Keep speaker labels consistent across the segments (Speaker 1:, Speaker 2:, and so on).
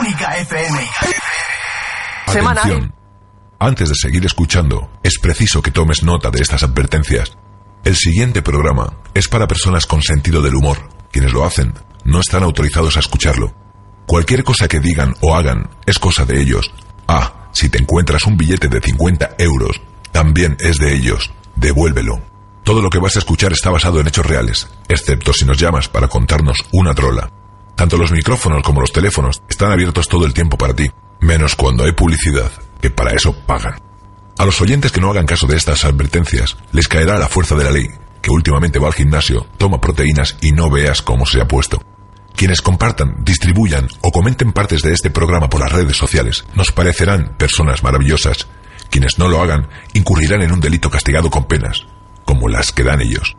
Speaker 1: Única FM.
Speaker 2: Semana.
Speaker 3: Atención. Antes de seguir escuchando, es preciso que tomes nota de estas advertencias. El siguiente programa es para personas con sentido del humor. Quienes lo hacen no están autorizados a escucharlo. Cualquier cosa que digan o hagan es cosa de ellos. Ah, si te encuentras un billete de 50 euros, también es de ellos. Devuélvelo. Todo lo que vas a escuchar está basado en hechos reales, excepto si nos llamas para contarnos una trola. Tanto los micrófonos como los teléfonos están abiertos todo el tiempo para ti, menos cuando hay publicidad, que para eso pagan. A los oyentes que no hagan caso de estas advertencias, les caerá la fuerza de la ley, que últimamente va al gimnasio, toma proteínas y no veas cómo se ha puesto. Quienes compartan, distribuyan o comenten partes de este programa por las redes sociales nos parecerán personas maravillosas. Quienes no lo hagan incurrirán en un delito castigado con penas, como las que dan ellos.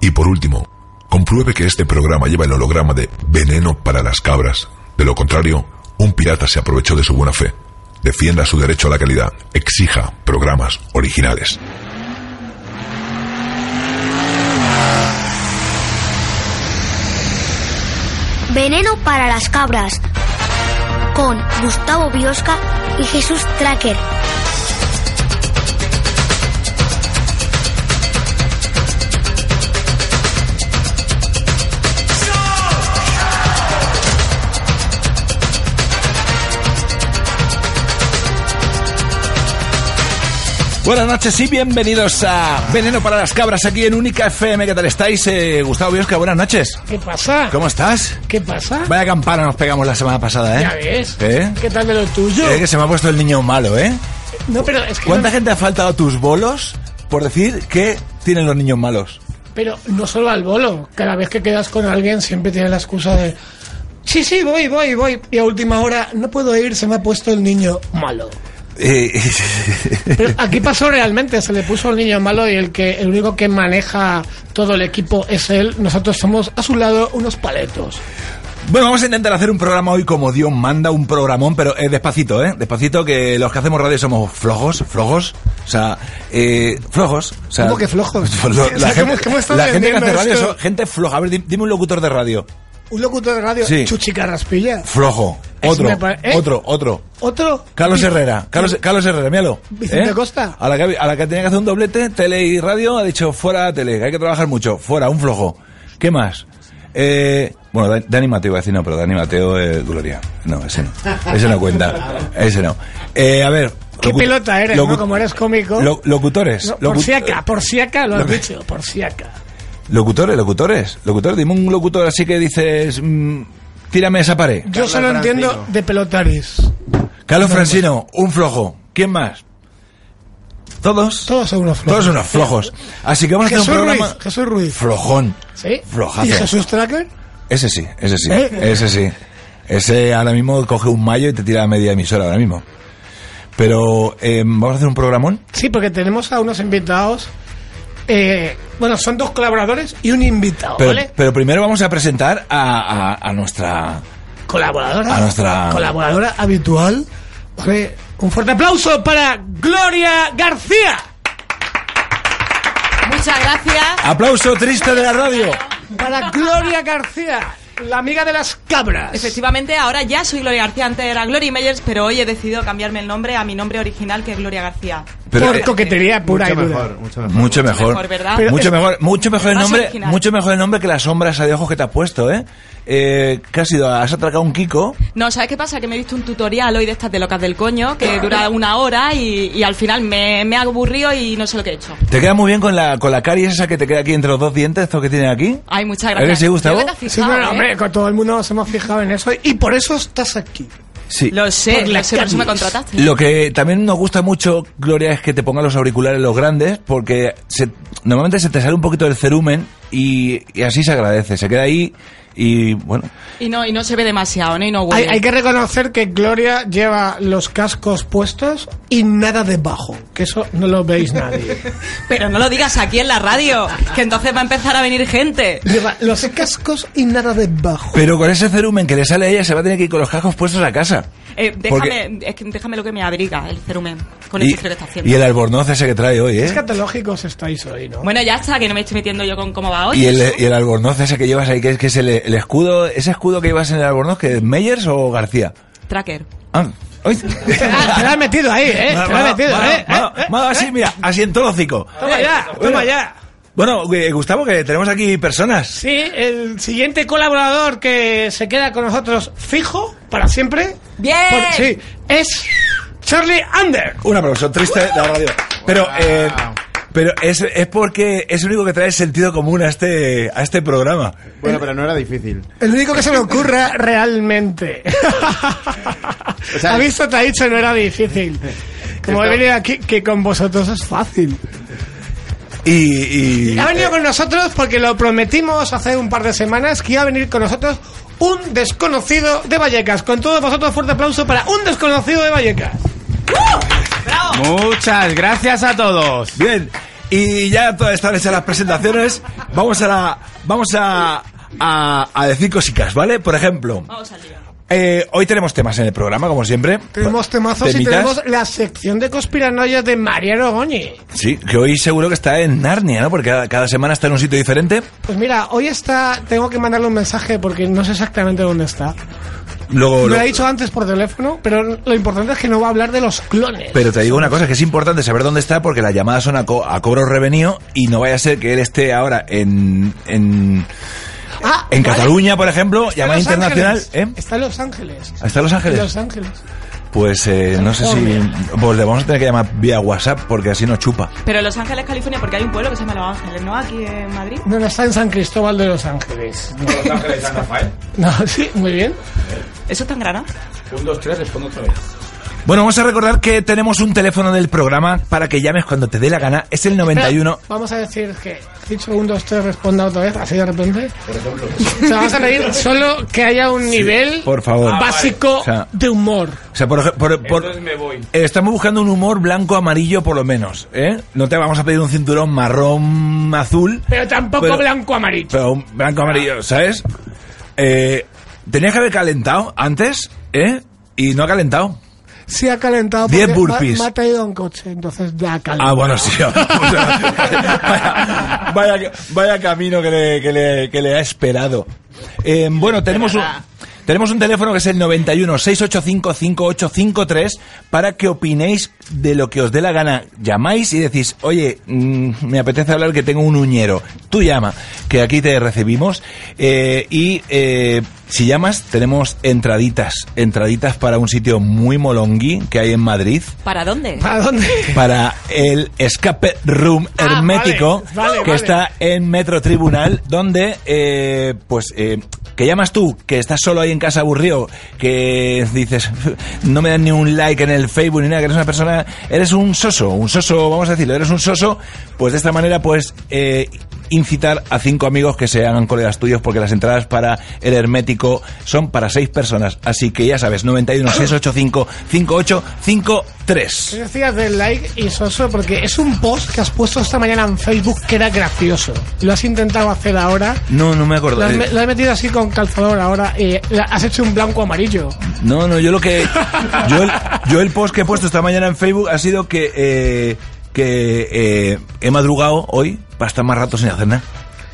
Speaker 3: Y por último, compruebe que este programa lleva el holograma de veneno para las cabras. De lo contrario, un pirata se aprovechó de su buena fe. Defienda su derecho a la calidad. Exija programas originales.
Speaker 4: Veneno para las cabras. Con Gustavo Biosca y Jesús Tracker.
Speaker 5: Buenas noches y bienvenidos a Veneno para las Cabras aquí en Única FM. ¿Qué tal estáis? Eh, Gustavo Biosca, buenas noches.
Speaker 6: ¿Qué pasa?
Speaker 5: ¿Cómo estás?
Speaker 6: ¿Qué pasa?
Speaker 5: Vaya campana nos pegamos la semana pasada, ¿eh?
Speaker 6: ¿Ya ves?
Speaker 5: ¿Eh?
Speaker 6: ¿Qué tal de lo tuyo?
Speaker 5: Eh, que se me ha puesto el niño malo, ¿eh?
Speaker 6: No, pero es que.
Speaker 5: ¿Cuánta
Speaker 6: no-
Speaker 5: gente ha faltado a tus bolos por decir que tienen los niños malos?
Speaker 6: Pero no solo al bolo. Cada vez que quedas con alguien siempre tiene la excusa de. Sí, sí, voy, voy, voy. Y a última hora, no puedo ir, se me ha puesto el niño malo.
Speaker 5: Eh,
Speaker 6: Pero aquí pasó realmente, se le puso el niño malo y el que el único que maneja todo el equipo es él. Nosotros somos a su lado unos paletos.
Speaker 5: Bueno, vamos a intentar hacer un programa hoy como Dios manda, un programón, pero eh, despacito, ¿eh? Despacito, que los que hacemos radio somos flojos, flojos, o sea, eh, flojos. O sea,
Speaker 6: ¿Cómo que flojos?
Speaker 5: Lo-
Speaker 6: O sea,
Speaker 5: la
Speaker 6: ¿cómo-
Speaker 5: gente,
Speaker 6: cómo estás
Speaker 5: la gente que hace
Speaker 6: vendiendo
Speaker 5: radio
Speaker 6: esto?
Speaker 5: son gente floja. A ver, di- dime un locutor de radio.
Speaker 6: Un locutor de radio,
Speaker 5: Sí.
Speaker 6: Chuchi Carraspilla.
Speaker 5: Flojo.
Speaker 6: Eso
Speaker 5: Otro,
Speaker 6: me pare- ¿eh?
Speaker 5: otro, otro.
Speaker 6: Otro.
Speaker 5: Carlos
Speaker 6: Y-
Speaker 5: Herrera, Carlos, Carlos Herrera, míralo. ¿eh?
Speaker 6: Vicente Costa.
Speaker 5: A la, que, a la que tenía que hacer un doblete, tele y radio, ha dicho fuera tele, que hay que trabajar mucho, fuera, un flojo. ¿Qué más? Eh, bueno, Dan- Dani Mateo iba a decir no, pero Dani Mateo eh, Gloria. No, ese no. Ese no cuenta. Ese no. Eh, a ver.
Speaker 6: Qué
Speaker 5: locu-
Speaker 6: pelota eres, ¿no?
Speaker 5: locu-
Speaker 6: Como eres cómico.
Speaker 5: lo- locutores.
Speaker 6: No, por
Speaker 5: locu-
Speaker 6: si acá, por si acá lo has
Speaker 5: Locu-
Speaker 6: dicho, por si acá.
Speaker 5: Locutores, locutores. Locutores, dime un locutor así que dices. mm, tírame esa pared.
Speaker 6: Yo solo entiendo de pelotaris.
Speaker 5: Carlos Francino, un flojo. ¿Quién más? Todos.
Speaker 6: Todos son unos flojos.
Speaker 5: Todos unos flojos. Así que vamos a hacer
Speaker 6: Jesús
Speaker 5: un
Speaker 6: Ruiz,
Speaker 5: programa.
Speaker 6: Jesús Ruiz.
Speaker 5: Flojón.
Speaker 6: ¿Sí?
Speaker 5: Flojazo.
Speaker 6: ¿Y Jesús Tracker?
Speaker 5: Ese sí, ese sí.
Speaker 6: ¿Eh?
Speaker 5: Ese sí. Ese ahora mismo coge un mayo y te tira a media emisora ahora mismo. Pero eh, vamos a hacer un programón.
Speaker 6: Sí, porque tenemos a unos invitados. eh, bueno, son dos colaboradores y un invitado,
Speaker 5: Pero,
Speaker 6: ¿vale?
Speaker 5: pero primero vamos a presentar a, a- a nuestra.
Speaker 6: Colaboradora.
Speaker 5: A nuestra-
Speaker 6: Colaboradora habitual. ¿vale? Un fuerte aplauso para Gloria García.
Speaker 7: Muchas gracias.
Speaker 5: ¡Aplauso triste de la radio!
Speaker 6: Para Gloria García, la amiga de las cabras.
Speaker 7: Efectivamente, ahora ya soy Gloria García, antes era Glory Meyers, pero hoy he decidido cambiarme el nombre a mi nombre original que es Gloria García.
Speaker 5: Pero,
Speaker 6: Por
Speaker 5: eh,
Speaker 6: coquetería pura y
Speaker 8: mucho
Speaker 6: dura.
Speaker 8: mejor, mucho mejor.
Speaker 5: mucho mejor.
Speaker 7: mejor, ¿verdad?
Speaker 6: Pero
Speaker 5: mucho
Speaker 6: es-
Speaker 5: mejor, mucho mejor el
Speaker 7: Más
Speaker 5: nombre,
Speaker 7: original.
Speaker 5: mucho mejor el nombre que las sombras de ojos que te has puesto, ¿eh? eh ¿Qué has ido? ¿Has atracado un Kiko?
Speaker 7: No, ¿sabes qué pasa? Que me he visto un tutorial hoy de estas de locas del coño que dura una hora y, y al final me, me he aburrido y no sé lo que he hecho.
Speaker 5: Te queda muy bien con la, con la caries esa que te queda aquí entre los dos dientes, esto que tiene aquí.
Speaker 7: Ay, muchas
Speaker 5: ¿A ver
Speaker 7: gracias.
Speaker 5: si Gustavo?
Speaker 7: Creo que te has
Speaker 6: Sí,
Speaker 7: fijado,
Speaker 6: bueno,
Speaker 7: ¿eh?
Speaker 6: hombre, con todo el mundo nos hemos fijado en eso y por eso estás aquí.
Speaker 5: Sí.
Speaker 7: ¿eh? Lo sé,
Speaker 6: Por
Speaker 7: lo
Speaker 6: las
Speaker 7: sé, por eso me
Speaker 6: calles.
Speaker 7: contrataste.
Speaker 5: Lo que también nos gusta mucho, Gloria, es que te pongan los auriculares los grandes, porque se- normalmente se te sale un poquito del cerumen y, y así se agradece. Se queda ahí y, bueno,
Speaker 7: Y no, y no se ve demasiado, ¿no? Y no
Speaker 6: Hay,
Speaker 7: huele.
Speaker 6: hay que reconocer que Gloria lleva los cascos puestos y nada debajo, que eso no lo veis nadie.
Speaker 7: Pero no lo digas aquí en la radio, que entonces va a empezar a venir gente.
Speaker 6: Lleva los cascos y nada debajo.
Speaker 5: pero con ese cerumen que le sale a ella se va a tener que ir con los cascos puestos a casa.
Speaker 7: Eh, déjame,
Speaker 5: Porque-
Speaker 7: es que déjame lo que me abriga el cerumen con
Speaker 5: Y,
Speaker 7: esto que está haciendo.
Speaker 5: y el albornoz ese que trae hoy,
Speaker 6: Es
Speaker 5: ¿eh?
Speaker 6: catológicos estáis hoy, ¿no?
Speaker 7: Bueno, ya está, que no me estoy metiendo yo con cómo va hoy.
Speaker 5: Y el,
Speaker 7: eso.
Speaker 5: y el albornoz ese que llevas ahí, que es, que es el, el escudo, ese escudo que llevas en el albornoz, que es Meyers o García.
Speaker 7: Tracker.
Speaker 5: Ah, ay.
Speaker 6: Ah, te lo has metido ahí, ¿eh? Te
Speaker 5: Me-
Speaker 6: lo has
Speaker 5: me-
Speaker 6: metido,
Speaker 5: me-
Speaker 6: ¿eh?
Speaker 5: me- me- me- Así, mira, así en todo hocico.
Speaker 6: Toma ya, toma ya.
Speaker 5: Bueno, eh, Gustavo, que tenemos aquí personas.
Speaker 6: Sí, el siguiente colaborador que se queda con nosotros fijo para siempre.
Speaker 7: ¡Bien!
Speaker 6: por- sí, es Charlie Under.
Speaker 5: Un aplauso, triste de la radio. Pero, eh, pero es, es porque es el único que trae sentido común a este, a este programa.
Speaker 1: Bueno, pero no era difícil.
Speaker 6: El único que se me ocurra realmente.
Speaker 1: O sea,
Speaker 6: ha visto, te ha dicho, no era difícil. Como he venido aquí, que con vosotros es fácil.
Speaker 5: Y, y-
Speaker 6: Ha venido con nosotros porque lo prometimos hace un par de semanas que iba a venir con nosotros un desconocido de Vallecas. Con todos vosotros, fuerte aplauso para un desconocido de Vallecas.
Speaker 1: Muchas gracias a todos.
Speaker 5: bien, y ya todas están hechas las presentaciones. Vamos a la, vamos a, a, a decir cositas, ¿vale? Por ejemplo,
Speaker 7: Vamos al lío.
Speaker 5: eh, hoy tenemos temas en el programa, como siempre.
Speaker 6: Tenemos temazos y
Speaker 5: Temitas.
Speaker 6: tenemos la sección de conspiranoia de Mariano Goñi.
Speaker 5: Sí, que hoy seguro que está en Narnia, ¿no? Porque cada, cada semana está en un sitio diferente.
Speaker 6: Pues mira, hoy está. Tengo que mandarle un mensaje porque no sé exactamente dónde está. Me
Speaker 5: Luego,
Speaker 6: lo
Speaker 5: lo-
Speaker 6: ha dicho antes por teléfono, pero lo importante es que no va a hablar de los clones.
Speaker 5: Pero te digo una cosa, que es importante saber dónde está porque las llamadas son a, co- a cobro revenido y no vaya a ser que él esté ahora en, en,
Speaker 6: Ah,
Speaker 5: en
Speaker 6: vale.
Speaker 5: Cataluña, por ejemplo,
Speaker 6: Está en
Speaker 5: llamada
Speaker 6: Los
Speaker 5: internacional.
Speaker 6: Ángeles.
Speaker 5: ¿eh?
Speaker 6: Está en Los Ángeles.
Speaker 5: ¿Hasta Los
Speaker 6: En
Speaker 5: Ángeles?
Speaker 6: Los Ángeles.
Speaker 5: Pues eh, no sé si... Pues le vamos a tener que llamar vía WhatsApp porque así no chupa.
Speaker 7: Pero Los Ángeles, California, porque hay un pueblo que se llama Los Ángeles, ¿no? Aquí en Madrid.
Speaker 6: No, no, está en San Cristóbal de Los Ángeles. No,
Speaker 8: Los Ángeles, San Rafael.
Speaker 6: no, sí, muy bien.
Speaker 7: ¿Eso está en Granada?
Speaker 8: Un, dos, tres, respondo otra vez.
Speaker 5: Bueno, vamos a recordar que tenemos un teléfono del programa para que llames cuando te dé la gana. Es el 91...
Speaker 6: Espera, vamos a decir que dicho un, dos, tres, responda otra vez, así de repente. O sea, vamos a pedir solo que haya un nivel
Speaker 5: por favor.
Speaker 6: Ah, básico
Speaker 5: O sea-
Speaker 6: de humor.
Speaker 5: O sea, por, ej- por- por-
Speaker 8: Entonces me voy.
Speaker 5: Eh, Estamos buscando un humor blanco-amarillo por lo menos, ¿eh? No te vamos a pedir un cinturón marrón-azul.
Speaker 6: Pero tampoco
Speaker 5: Pero-
Speaker 6: blanco-amarillo.
Speaker 5: Pero un blanco amarillo, ¿sabes? Eh, tenías que haber calentado antes, ¿eh? Y no ha calentado.
Speaker 6: Sí ha calentado.
Speaker 5: Diez
Speaker 6: porque
Speaker 5: burpees.
Speaker 6: Me, me ha traído un coche, entonces ya ha
Speaker 5: Ah,
Speaker 6: calentado.
Speaker 5: bueno, sí. O sea, vaya, vaya- vaya camino que le, que le- que le ha esperado. Eh, bueno, tenemos un, tenemos un teléfono que es el 91-685-5853 para que opinéis de lo que os dé la gana. Llamáis y decís, oye, mm, me apetece hablar que tengo un uñero. Tú llama, que aquí te recibimos. Eh, y eh, si llamas, tenemos entraditas. Entraditas para un sitio muy molongui que hay en Madrid
Speaker 7: ¿Para dónde?
Speaker 6: ¿Para dónde?
Speaker 5: para el escape room
Speaker 6: Ah,
Speaker 5: hermético
Speaker 6: vale, vale,
Speaker 5: que
Speaker 6: vale.
Speaker 5: está en Metro Tribunal, donde, eh, pues, eh, que llamas tú, que estás solo ahí en casa aburrido, que dices, no me dan ni un like en el Facebook ni nada, que eres una persona, eres un soso, un soso, vamos a decirlo, eres un soso, pues de esta manera, pues, eh, incitar a cinco amigos que se hagan colegas tuyos porque las entradas para el hermético son para seis personas así que ya sabes 91 685 5853
Speaker 6: Yo decía del like y soso porque es un post que has puesto esta mañana en Facebook que era gracioso. Lo has intentado hacer ahora.
Speaker 5: No, no me acuerdo.
Speaker 6: Lo has, me-
Speaker 5: Eh,
Speaker 6: lo has metido así con calzador ahora y la- has hecho un blanco amarillo.
Speaker 5: No, no, yo lo que. Yo el, yo el post que he puesto esta mañana en Facebook ha sido que. eh, que eh, he madrugado hoy para estar más rato sin hacer nada.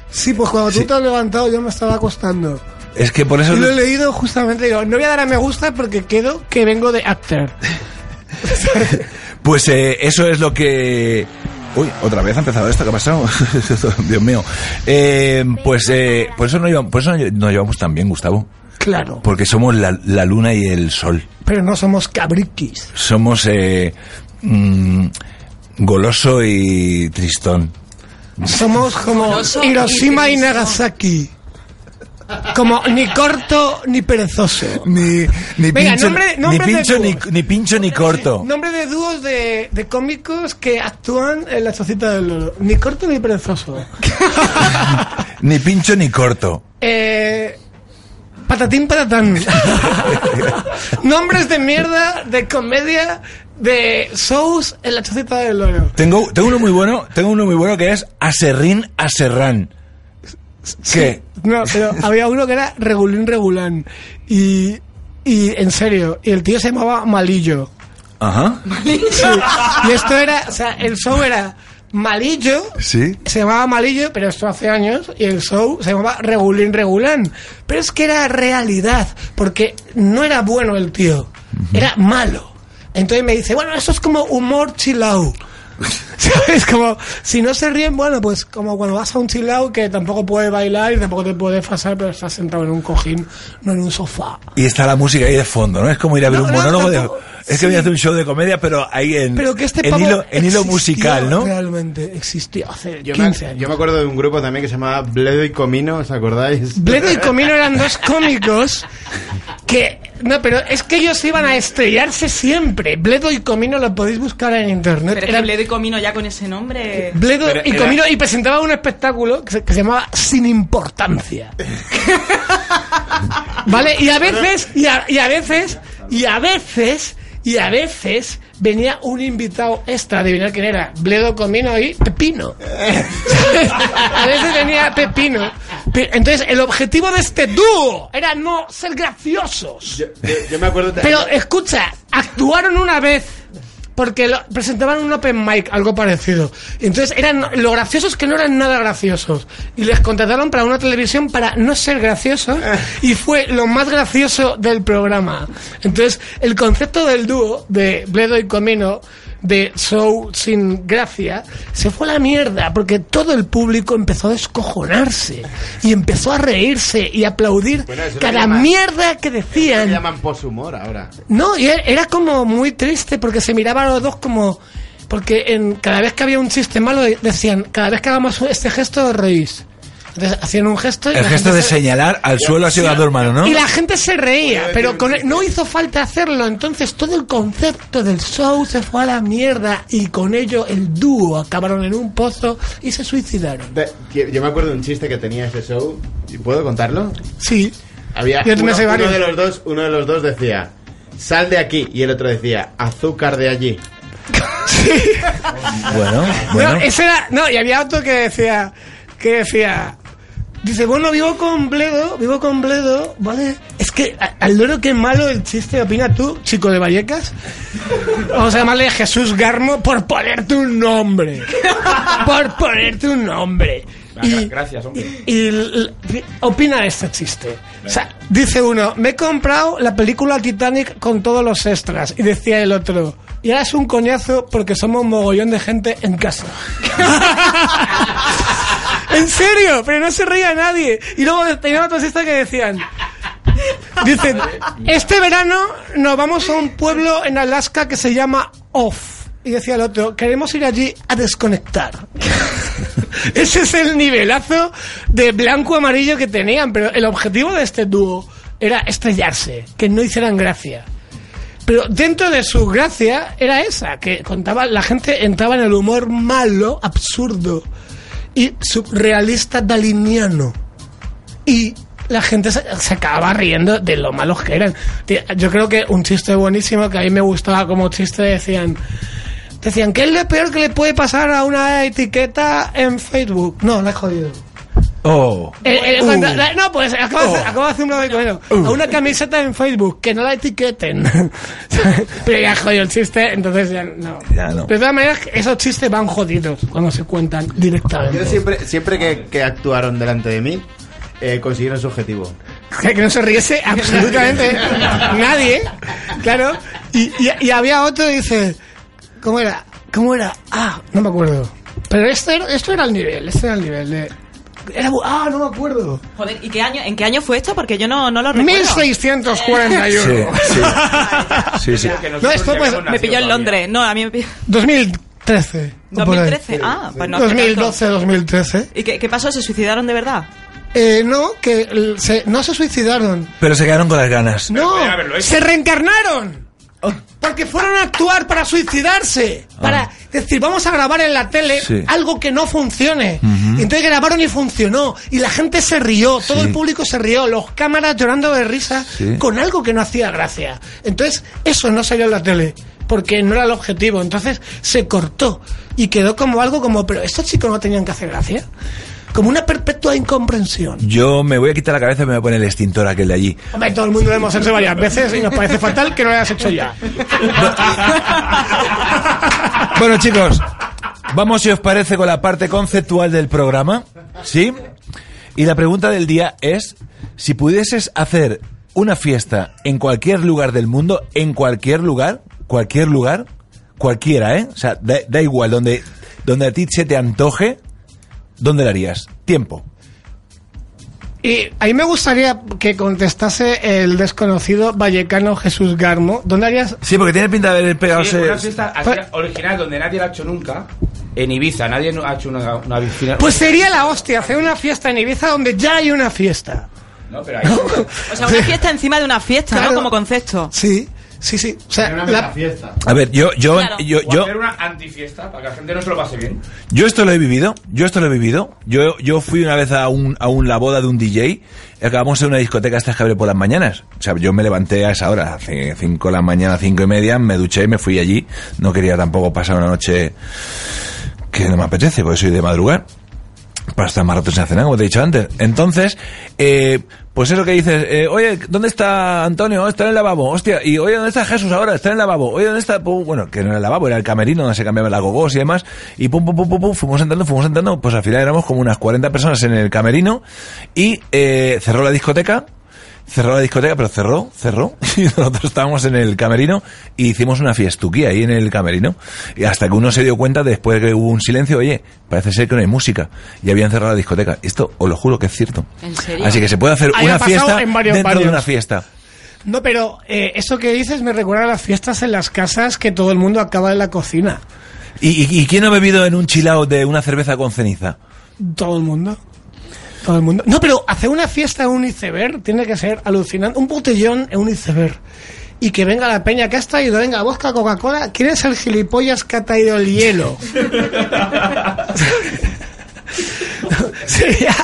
Speaker 6: Sí, pues cuando tú
Speaker 5: Sí.
Speaker 6: te has levantado yo me estaba acostando.
Speaker 5: Es que por eso.
Speaker 6: Y lo he leído justamente, digo, no voy a dar a me gusta porque quedo que vengo de After.
Speaker 5: Pues eh, eso es lo que. Uy, otra vez ha empezado esto, ¿qué ha pasado? Dios mío. Eh, pues eh, por eso no llevamos, por eso no llevamos tan bien, Gustavo.
Speaker 6: Claro.
Speaker 5: Porque somos la, la luna y el sol.
Speaker 6: Pero no somos cabriquis.
Speaker 5: Somos eh, mm, goloso y tristón.
Speaker 6: Somos como
Speaker 7: Goloso
Speaker 6: Hiroshima
Speaker 7: y
Speaker 6: y Nagasaki. Como ni corto ni perezoso.
Speaker 5: Ni, ni
Speaker 6: Venga,
Speaker 5: pincho,
Speaker 6: nombre-
Speaker 5: ni,
Speaker 6: nombre de
Speaker 5: pincho
Speaker 6: dúo.
Speaker 5: ni, ni pincho ni corto.
Speaker 6: Nombre de dúos de, de cómicos que actúan en la chocita del loro. Ni corto ni perezoso.
Speaker 5: Ni pincho ni corto.
Speaker 6: Eh, patatín patatán. Nombres de mierda, de comedia, de shows en la chocita del loro.
Speaker 5: Tengo, tengo uno muy bueno, tengo uno muy bueno que es Aserrín Aserrán. ¿Qué?
Speaker 6: No, pero había uno que era Regulín Regulán. Y, y en serio, y el tío se llamaba Malillo.
Speaker 5: Ajá.
Speaker 6: Y esto era, o sea, el show era Malillo
Speaker 5: ¿Sí?
Speaker 6: se llamaba Malillo, pero esto hace años, y el show se llamaba Regulín Regulán. Pero es que era realidad, porque no era bueno el tío, era malo. Entonces me dice, bueno, eso es como humor chilao. ¿Sabes? Como, si no se ríen, bueno, pues como cuando vas a un chilao que tampoco puede bailar y tampoco te puede pasar, pero estás sentado en un cojín, no en un sofá.
Speaker 5: Y está la música ahí de fondo, ¿no? Es como ir a ver
Speaker 6: No,
Speaker 5: un
Speaker 6: no,
Speaker 5: monólogo
Speaker 6: tampoco-
Speaker 5: de... Es que voy a hacer un show de comedia, pero ahí en,
Speaker 6: Pero que este
Speaker 5: en
Speaker 6: pavo
Speaker 5: hilo, en hilo
Speaker 6: existió
Speaker 5: musical, ¿no?
Speaker 6: Realmente existió hace
Speaker 1: Yo me,
Speaker 6: 15 años.
Speaker 1: yo me acuerdo de un grupo también que se llamaba Bledo y Comino, ¿os acordáis?
Speaker 6: Bledo y Comino eran dos cómicos que... No, pero es que ellos iban a estrellarse siempre. Bledo y Comino lo podéis buscar en internet.
Speaker 7: Pero es que
Speaker 6: Era
Speaker 7: Bledo y Comino ya con ese nombre.
Speaker 6: Bledo
Speaker 8: Pero
Speaker 6: y
Speaker 8: era-
Speaker 6: Comino y presentaba un espectáculo que se, que se llamaba Sin Importancia. ¿Vale? Y a veces, y a, y a veces, y a veces, y a veces venía un invitado extra, adivinar quién era, Bledo Comino y Pepino. a veces venía Pepino. Pe- Entonces, el objetivo de este dúo era no ser graciosos.
Speaker 1: Yo, yo- yo me acuerdo ta-
Speaker 6: Pero escucha, actuaron una vez porque lo- presentaban un open mic, algo parecido. Entonces eran lo graciosos que no eran nada graciosos y les contrataron para una televisión para no ser graciosos
Speaker 1: Ah.
Speaker 6: y fue lo más gracioso del programa. Entonces el concepto del dúo de Bledo y Comino de show sin gracia se fue a la mierda porque todo el público empezó a descojonarse y empezó a reírse y aplaudir
Speaker 1: Bueno, eso lo
Speaker 6: cada
Speaker 1: llaman-
Speaker 6: mierda que decían.
Speaker 1: le llaman poshumor ahora.
Speaker 6: No, y e-, era- era como muy triste porque se miraban los dos como. Porque en, cada vez que había un chiste malo de- decían, cada vez que hagamos este gesto os reís. Entonces hacían un gesto y,
Speaker 5: El
Speaker 6: la
Speaker 5: gesto
Speaker 6: gente
Speaker 5: de
Speaker 6: se-
Speaker 5: señalar al suelo ha sido dado, hermano, ¿no?
Speaker 6: y la gente se reía, pero con- e-, no hizo falta hacerlo. Entonces todo el concepto del show se fue a la mierda y con ello el dúo acabaron en un pozo y se suicidaron.
Speaker 1: Te- que- Yo me acuerdo de un chiste que tenía ese show. ¿Y ¿Puedo contarlo?
Speaker 6: Sí.
Speaker 1: Había
Speaker 6: Yo te me
Speaker 1: uno,
Speaker 6: sé
Speaker 1: uno
Speaker 6: varios.
Speaker 1: de los dos, uno de los dos decía sal de aquí y el otro decía azúcar de allí.
Speaker 5: Bueno, bueno.
Speaker 6: No, ese era, no, y había otro que decía, que decía, dice, bueno, vivo con Bledo, vivo con Bledo, ¿vale? Es que a- al loro que malo el chiste, opina tú, chico de Vallecas. Vamos a llamarle Jesús Garmo por ponerte un nombre. Por ponerte un nombre.
Speaker 8: Ah, gra- gracias, hombre.
Speaker 6: Y, y l- l- opina de este chiste. O sea, dice uno, me he comprado la película Titanic con todos los extras. Y decía el otro, y ahora es un coñazo porque somos un mogollón de gente en casa. en serio, pero no se reía nadie. Y luego tenía otros extras que decían... Dicen, este verano nos vamos a un pueblo en Alaska que se llama Off. Y decía el otro, queremos ir allí a desconectar. Ese es el nivelazo de blanco-amarillo que tenían, pero el objetivo de este dúo era estrellarse, que no hicieran gracia. Pero dentro de su gracia era esa, que contaba, la gente entraba en el humor malo, absurdo y surrealista daliniano. Y la gente se, se acababa riendo de lo malos que eran. Tía, Yo creo que un chiste buenísimo que a mí me gustaba como chiste decían... Decían, ¿qué es lo peor que le puede pasar a una etiqueta en Facebook? No, la he jodido.
Speaker 5: Oh.
Speaker 6: Eh, eh,
Speaker 5: Uh.
Speaker 6: cuando- la- no, pues acabo, de,
Speaker 5: Oh.
Speaker 6: hacer- acabo de hacer un blog bueno, A una camiseta en Facebook, que no la etiqueten. Pero ya jodido el chiste, entonces ya no.
Speaker 5: Ya no.
Speaker 6: De todas maneras, esos chistes van jodidos cuando se cuentan
Speaker 1: Yo
Speaker 6: directamente.
Speaker 1: siempre, siempre que, que actuaron delante de mí, eh, consiguieron su objetivo.
Speaker 6: Que, que no se riese absolutamente nadie, claro. Y, y- y había otro que dice, ¿cómo era? ¿Cómo era? Ah, no me acuerdo. Pero esto era, esto era el nivel, esto era el nivel de... era bu- ah, no me acuerdo.
Speaker 7: Joder, ¿y qué año, en qué año fue esto? Porque yo no, no lo recuerdo.
Speaker 6: 1641.
Speaker 5: Sí, sí. sí, sí.
Speaker 8: Que
Speaker 6: No, esto,
Speaker 8: ya
Speaker 6: pues,
Speaker 8: hemos
Speaker 7: Me
Speaker 8: nacido
Speaker 7: pilló en
Speaker 8: todavía.
Speaker 7: Londres. No, a mí me pilló.
Speaker 6: 2013. o por ahí.
Speaker 7: 2013. Ah, pues no. hace tanto.
Speaker 6: 2012, 2013.
Speaker 7: ¿Y qué, qué pasó? ¿Se suicidaron de verdad?
Speaker 6: Eh, no, que l- se- no se suicidaron.
Speaker 5: Pero se quedaron con las ganas.
Speaker 6: No,
Speaker 8: podían haberlo hecho.
Speaker 6: se reencarnaron. Oh, Porque fueron a actuar para suicidarse. Para decir, vamos a grabar en la tele
Speaker 5: Sí.
Speaker 6: algo que no funcione. Y Entonces grabaron y funcionó. Y la gente se rió, todo
Speaker 5: Sí.
Speaker 6: el público se rió, los cámaras llorando de risa
Speaker 5: Sí.
Speaker 6: con algo que no hacía gracia. Entonces, eso no salió en la tele. Porque no era el objetivo. Entonces se cortó. Y quedó como algo como, pero estos chicos no tenían que hacer gracia. Como una perpetua incomprensión.
Speaker 5: Yo me voy a quitar la cabeza y me voy a poner el extintor aquel de allí.
Speaker 6: Hombre, todo el mundo lo hemos hecho varias veces y nos parece fatal que no lo hayas hecho ya.
Speaker 5: Bueno, chicos, Vamos, si os parece, con la parte conceptual del programa. ¿Sí? Y la pregunta del día es, si pudieses hacer una fiesta en cualquier lugar del mundo, en cualquier lugar, cualquier lugar, cualquiera, ¿eh? O sea, da, da igual, donde, donde a ti se te antoje, ¿dónde la harías? Tiempo.
Speaker 6: Y a mí me gustaría que contestase el desconocido vallecano Jesús Garmo. ¿Dónde harías?
Speaker 5: Sí, porque tiene pinta de haber pegado...
Speaker 8: Sí, una fiesta así original donde nadie la ha hecho nunca. En Ibiza, nadie no ha hecho una, una original.
Speaker 6: Pues sería la hostia hacer una fiesta en Ibiza donde ya hay una fiesta.
Speaker 8: No, pero ahí.
Speaker 7: O sea, una fiesta encima de una fiesta,
Speaker 6: Claro.
Speaker 7: ¿no? Como concepto.
Speaker 6: Sí, sí, sí. O sea,
Speaker 1: Una
Speaker 6: la-
Speaker 1: fiesta.
Speaker 5: A ver, yo, yo,
Speaker 7: Claro.
Speaker 5: yo,
Speaker 8: O
Speaker 5: yo,
Speaker 8: hacer una antifiesta para que la gente no se lo pase bien.
Speaker 5: Yo esto lo he vivido, yo esto lo he vivido. Yo, yo fui una vez a, un, a un- la boda de un DJ, y acabamos en una discoteca estas que abre por las mañanas. O sea, yo me levanté a esa hora, hace 5 de la mañana, cinco y media, me duché y me fui allí. No quería tampoco pasar una noche que no me apetece, porque soy de madrugar. Para estar más rato sin cenar, como te he dicho antes. Entonces, eh, pues eso que dices, eh, oye, ¿dónde está Antonio? Está en el lavabo, hostia. Y oye, ¿dónde está Jesús ahora? Está en el lavabo. Oye, ¿dónde está? Pum, Bueno, que no era el lavabo, era el camerino donde se cambiaban las gogos y demás. Y pum, pum, pum, pum, pum, fuimos entrando, fuimos entrando. Pues al final éramos como unas 40 personas en el camerino. Y eh, cerró la discoteca. Cerró la discoteca, pero cerró, cerró. Y nosotros estábamos en el camerino y hicimos una fiestuquía ahí en el camerino. Y hasta que uno se dio cuenta, después de que hubo un silencio, oye, parece ser que no hay música. Y habían cerrado la discoteca. Esto os lo juro que es cierto.
Speaker 7: ¿En serio?
Speaker 5: Así que se puede hacer
Speaker 6: Ahí ha
Speaker 5: una
Speaker 6: pasado
Speaker 5: fiesta
Speaker 6: en
Speaker 5: dentro
Speaker 6: varios
Speaker 5: de una
Speaker 6: barrios.
Speaker 5: fiesta.
Speaker 6: No, pero eh, eso que dices me recuerda a las fiestas en las casas que todo el mundo acaba en la cocina.
Speaker 5: ¿Y, y- y quién ha bebido en un chilao de una cerveza con ceniza?
Speaker 6: Todo el mundo. Todo el mundo. No, pero hacer una fiesta en un iceberg tiene que ser alucinante. Un botellón en un iceberg. Y que venga la peña que ha traído, venga, busca Coca-Cola. ¿Quién es el gilipollas que ha traído el hielo? Sería-